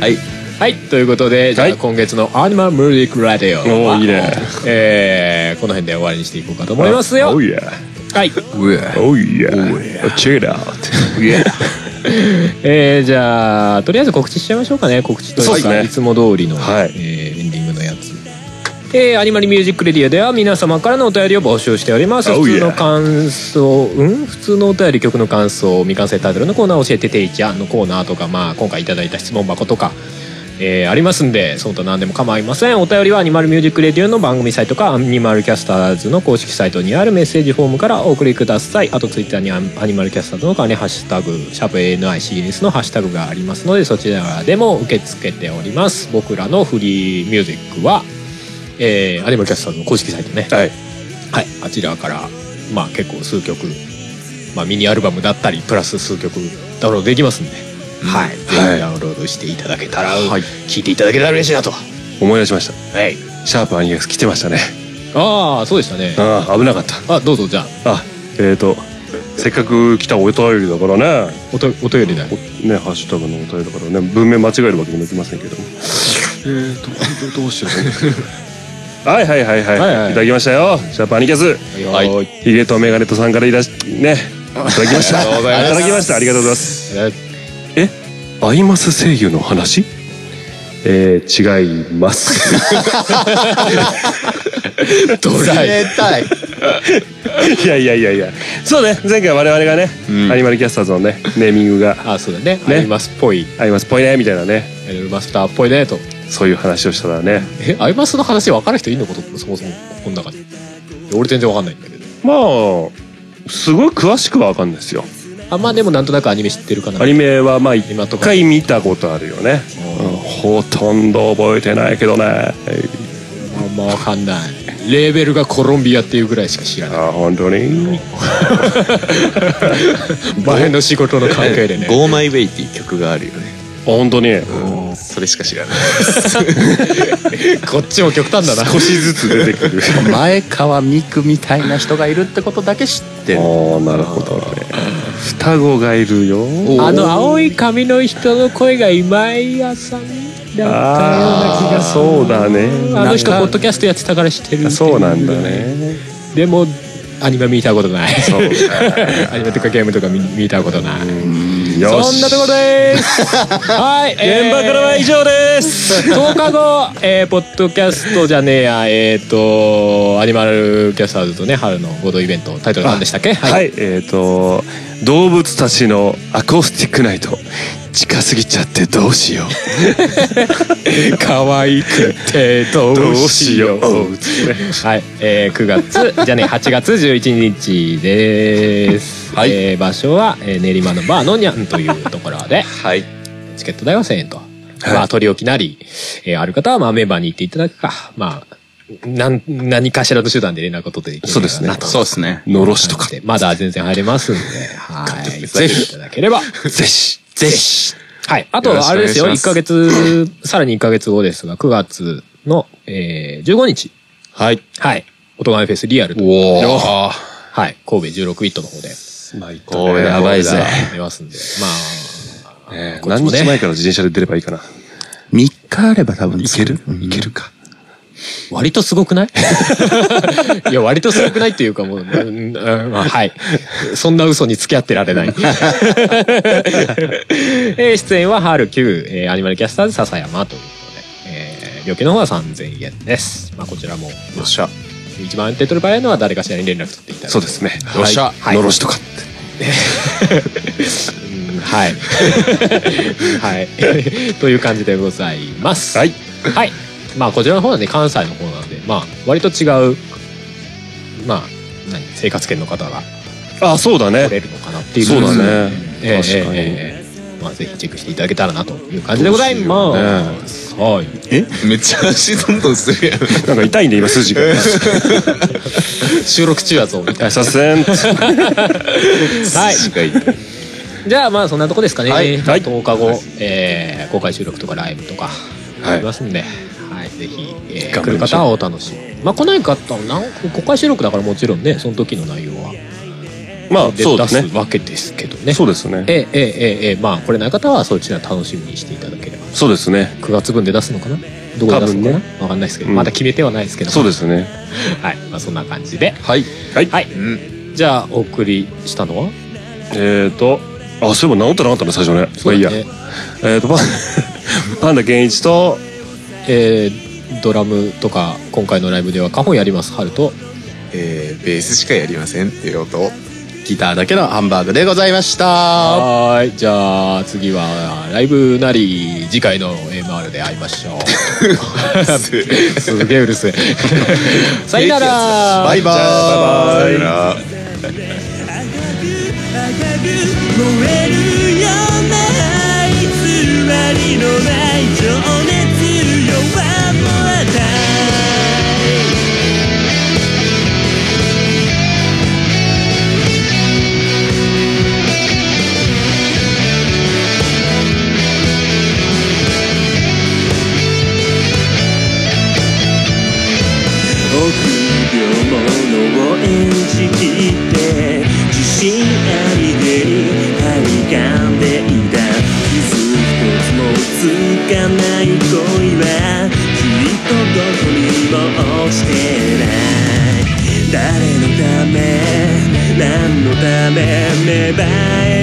[SPEAKER 6] はい。
[SPEAKER 1] はい、ということで、じゃあ今月のアニマルミュージックラディオ
[SPEAKER 3] お
[SPEAKER 1] は
[SPEAKER 3] ーいいね。
[SPEAKER 1] えー、この辺で終わりにしていこうかと思いますよ。
[SPEAKER 3] おいや。
[SPEAKER 1] はい。
[SPEAKER 3] おいや。Check it out.
[SPEAKER 1] えー、じゃあ、とりあえず告知しちゃいましょうかね。告知と
[SPEAKER 3] そう
[SPEAKER 1] いう
[SPEAKER 3] です
[SPEAKER 1] か、
[SPEAKER 3] ね
[SPEAKER 1] いつも通りの、
[SPEAKER 3] はい
[SPEAKER 1] えーエンディングのやですえーアニマルミュージックレディアでは皆様からのお便りを募集しております。
[SPEAKER 3] Oh,
[SPEAKER 1] 普通
[SPEAKER 3] yeah.
[SPEAKER 1] の感想、うん普通のお便り、曲の感想、未完成タイトルのコーナー教えてていちゃんのコーナーとか、まあ、今回いただいた質問箱とか、えーありますんで、その他何でも構いません。お便りはアニマルミュージックレディオの番組サイトか、アニマルキャスターズの公式サイトにあるメッセージフォームからお送りください。あと、ツイッターにアニマルキャスターズの関連ハッシュタグ、シャープ ANICS のハッシュタグがありますので、そちらでも受け付けております。僕らのフリーミュージックは、えーアニマルキャスターズの公式サイトね、
[SPEAKER 3] はい。
[SPEAKER 1] はい、あちらから、まあ、結構数曲、まあ、ミニアルバムだったりプラス数曲ダウンロードできますんで、はい、ぜひダウンロードしていただけたら、
[SPEAKER 2] はい
[SPEAKER 1] 聞いていただけたら嬉しいなと、は
[SPEAKER 3] 思い出しました。
[SPEAKER 1] い、
[SPEAKER 3] シャープアニエス来てましたね。
[SPEAKER 1] ああそうでしたね
[SPEAKER 3] ああ、危なかった。
[SPEAKER 1] あどうぞじゃあ
[SPEAKER 3] あ、えっ、ー、と、せっかく来たお便りだからね。
[SPEAKER 1] おとお便りだ
[SPEAKER 3] おね、ハッシュタグのお便りだからね、文面間違えるわけにもいきませんけども。えーと、どうしよう。 はいはいはいはい。
[SPEAKER 1] はい
[SPEAKER 3] い
[SPEAKER 1] はい
[SPEAKER 3] ただきましたよ。シャープアニキャス。
[SPEAKER 1] はい
[SPEAKER 3] い。ヒゲとメガネとさんからいらし、ね。いただきました。いただきました。ありがとうございます。え、アイマス声優の話えー、違います。
[SPEAKER 2] 冷たい。
[SPEAKER 3] いやいやいやいや。そうね、前回我々がね、アニマルキャスターズのね、ネーミングが、
[SPEAKER 1] あそうだね
[SPEAKER 3] ね
[SPEAKER 1] アイマスっぽい
[SPEAKER 3] アイマスっぽいね、みたいなね、
[SPEAKER 1] アイマスターっぽいねと
[SPEAKER 3] そういう話をしたらね、
[SPEAKER 1] えアイマスの話分かる人いんのことそもそもこの中に俺全然分かんないんだけど
[SPEAKER 3] まあ、すごい詳しくはわかんないですよ。
[SPEAKER 1] あまあでもなんとなくアニメ知ってるかな
[SPEAKER 3] アニメはまあ
[SPEAKER 1] 今と
[SPEAKER 3] 一
[SPEAKER 1] か
[SPEAKER 3] 回見たことあるよね、うんほとんど覚えてないけどね
[SPEAKER 1] あんま分かんないレーベルがコロンビアっていうぐらいしか知らない
[SPEAKER 3] あ本当に
[SPEAKER 1] 前の仕事の関係でね
[SPEAKER 6] ゴーマイウェイっていう曲があるよね。
[SPEAKER 3] 本当に
[SPEAKER 6] うんそれしか知らない。
[SPEAKER 1] こっちも極端だな
[SPEAKER 3] 少しずつ出てくる
[SPEAKER 2] 前川美久みたいな人がいるってことだけ知ってる。
[SPEAKER 3] ああなるほどね双子がいるよ
[SPEAKER 1] あの青い髪の人の声が今井あさみだったような気
[SPEAKER 3] あ
[SPEAKER 1] が
[SPEAKER 3] あ
[SPEAKER 1] する
[SPEAKER 3] そうだね
[SPEAKER 1] あの人
[SPEAKER 2] なん
[SPEAKER 1] ポ
[SPEAKER 2] か
[SPEAKER 1] ッドキャストやってたから知ってる
[SPEAKER 3] そうなんだね
[SPEAKER 1] でもアニメ見たことない アニメとかゲームとか見見たことない
[SPEAKER 3] よ
[SPEAKER 1] そんなところです はい現
[SPEAKER 3] 現場からは以上です
[SPEAKER 1] 10日後、えーポッドキャストじゃねえやえっ、とアニマルキャスターズとね春の合同イベントタイトル何でしたっけ
[SPEAKER 3] はい、えっ、と動物たちのアコースティックナイト近すぎちゃってどうしよう
[SPEAKER 1] 可愛くてど
[SPEAKER 3] ど
[SPEAKER 1] う
[SPEAKER 3] う
[SPEAKER 1] し
[SPEAKER 3] しよ
[SPEAKER 1] よう
[SPEAKER 3] う
[SPEAKER 1] はい、えー、9月じゃね8月11日です、
[SPEAKER 2] はい
[SPEAKER 1] えー場所は、えー練馬のバーのにゃんというところで
[SPEAKER 6] はい。
[SPEAKER 1] チケット代は1000円と、まあ取り置きなり、えーある方はまあメンバーに行っていただくかまあなん何かしらの手段で連絡を取っていけ
[SPEAKER 2] そう
[SPEAKER 1] る
[SPEAKER 2] で
[SPEAKER 1] か
[SPEAKER 2] すね
[SPEAKER 1] な。と
[SPEAKER 2] そうですね。
[SPEAKER 3] のろしとか
[SPEAKER 1] まだ全然入れますんで、はい、ぜひいただければ。
[SPEAKER 3] ぜひ
[SPEAKER 2] ぜひ。
[SPEAKER 1] はい。あと、あれですよ、
[SPEAKER 6] よろ
[SPEAKER 1] 1
[SPEAKER 6] しくお
[SPEAKER 1] ヶ月、さらに1ヶ月後ですが、9月の、えー、15日。
[SPEAKER 2] はい。
[SPEAKER 1] はい。音がめフェスリアルと
[SPEAKER 2] おお。
[SPEAKER 1] はい。神戸16ビットの方で、
[SPEAKER 2] これやばいぜ。
[SPEAKER 1] 出ますんで。まあ、こっち
[SPEAKER 3] 何
[SPEAKER 1] も
[SPEAKER 3] 日前
[SPEAKER 1] ね、
[SPEAKER 3] から自転車で出ればいいかな。
[SPEAKER 2] 3日あれば多分いけるいけるか。
[SPEAKER 1] 割とすごくない いや、割とすごくないっていうか、もう、うんうんまあはい。そんな嘘に付き合ってられない。え ー出演は、ハール Q、えーアニマルキャスターズ、笹山ということで、えー、料金の方は3000円です。まあ、こちらも、まあ、
[SPEAKER 6] ゃ。
[SPEAKER 1] 一番手っ取り早いのは誰かしらに連絡取っていただいて。
[SPEAKER 3] そうですね。
[SPEAKER 2] よっしゃ。
[SPEAKER 1] はい
[SPEAKER 3] のろしとか。
[SPEAKER 1] はい。 はい。という感じでございます。
[SPEAKER 3] はい。
[SPEAKER 1] はい。まあ、こちらの方はね、関西の方なんで、まあ、割と違う、まあ、何、生活圏の方が
[SPEAKER 3] あ、そうだ
[SPEAKER 1] 来れ
[SPEAKER 3] ね。
[SPEAKER 1] るのかなっていう
[SPEAKER 3] そう
[SPEAKER 1] 部分で
[SPEAKER 3] だね。
[SPEAKER 1] ええ
[SPEAKER 3] 確かに
[SPEAKER 1] ええええまあ、ぜひチェックしていただけたらなという感じでございます。はい。
[SPEAKER 6] めっちゃ足どんどんするやん。
[SPEAKER 3] なんか痛いんで今 筋が。
[SPEAKER 1] 収録中やぞ、み たい
[SPEAKER 3] させ
[SPEAKER 1] な。
[SPEAKER 3] ん。
[SPEAKER 1] はい。
[SPEAKER 6] 確かに。
[SPEAKER 1] じゃあまあそんなとこですかね、
[SPEAKER 2] はい
[SPEAKER 1] まあ10日後、えー公開収録とかライブとかありますんで、はいぜひ、えー来る方はお楽しみまあ来ない方はなん公開収録だからもちろんねその時の内容は
[SPEAKER 3] まあ、
[SPEAKER 1] で
[SPEAKER 3] そうです
[SPEAKER 1] 出
[SPEAKER 3] ね。
[SPEAKER 1] すわけですけどね
[SPEAKER 3] そうですね。
[SPEAKER 1] ええええええまあ来れない方はそちら楽しみにしていただければ
[SPEAKER 3] そうですね。
[SPEAKER 1] 9月分で出すのかなどこで出すのかな、
[SPEAKER 3] 多分
[SPEAKER 1] わかんないですけど、
[SPEAKER 3] うん
[SPEAKER 1] まだ決めてはないですけど
[SPEAKER 3] そうですね。
[SPEAKER 1] はいまあそんな感じで
[SPEAKER 2] はい。
[SPEAKER 3] はい。
[SPEAKER 1] はい
[SPEAKER 6] うん。
[SPEAKER 1] じゃあお送りしたのは
[SPEAKER 3] えっと、あ、そういえば治ってなかったね、最初ね。まあいいや。
[SPEAKER 1] そうだね
[SPEAKER 3] えっと、パンパンダ健一と、
[SPEAKER 1] えードラムとか今回のライブではカホンやりますハルと
[SPEAKER 6] えー、ベースしかやりませんっていう音
[SPEAKER 2] ギターだけのハンバーグでございました。
[SPEAKER 1] はーいじゃあ次はライブなり次回の MR で会いましょう すげえう るせえさよなら
[SPEAKER 2] バイバーイ。
[SPEAKER 6] さよなら
[SPEAKER 7] あがく燃えるような偽りのない情熱よはもうたい臆病者を演じきって自信ありげにはにかんでいた傷一つもつかない恋はきっとどこにも落ちてない誰のため何のため芽生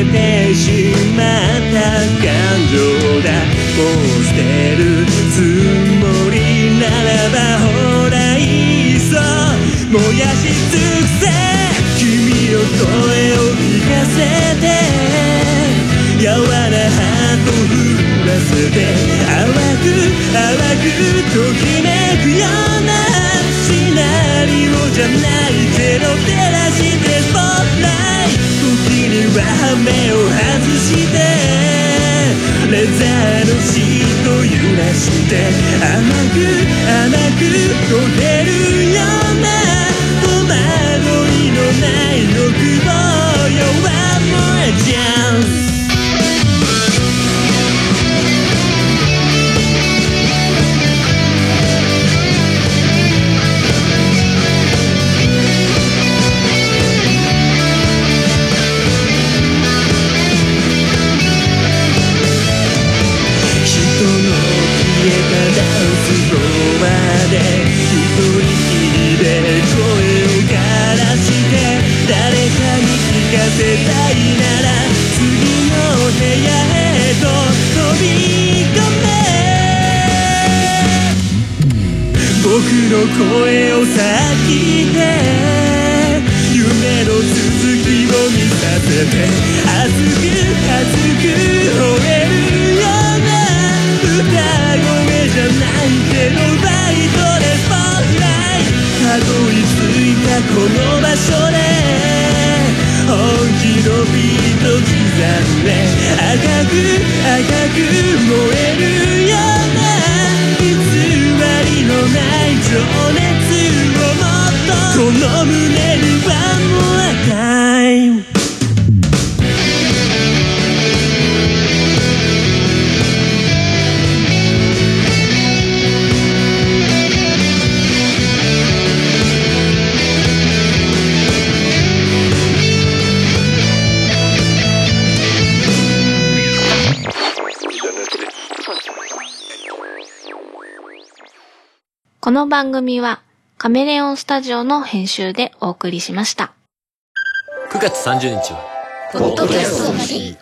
[SPEAKER 7] えてしまった感情だもう捨てるつもりならばほらいっそ燃やし尽くせ君の声を聞かせて柔らハートを降らせて淡く淡くときめくようなシナリオじゃないゼロ照らしてスポットライト時には目を外してレザーのシート揺らして甘く甘く溶けるような戸惑いのない欲望よ One more chance 人の消えたダンスフロアで一人きりで声を枯らして誰かに聞かせたいなら次の部屋へと飛び込め僕の声をさ聞いて夢の続きを見させて熱く熱く吠えるような歌声じゃないけどバイトでスポットライトたどり着いたこの場所で本気のビート刻んで赤く赤く燃えるような偽り偽りのない情熱をもっとこの胸にはもう赤い
[SPEAKER 8] この番組はカメレオンスタジオの編集でお送りしました。
[SPEAKER 9] 9月30日は、
[SPEAKER 10] ポッドキャストの日。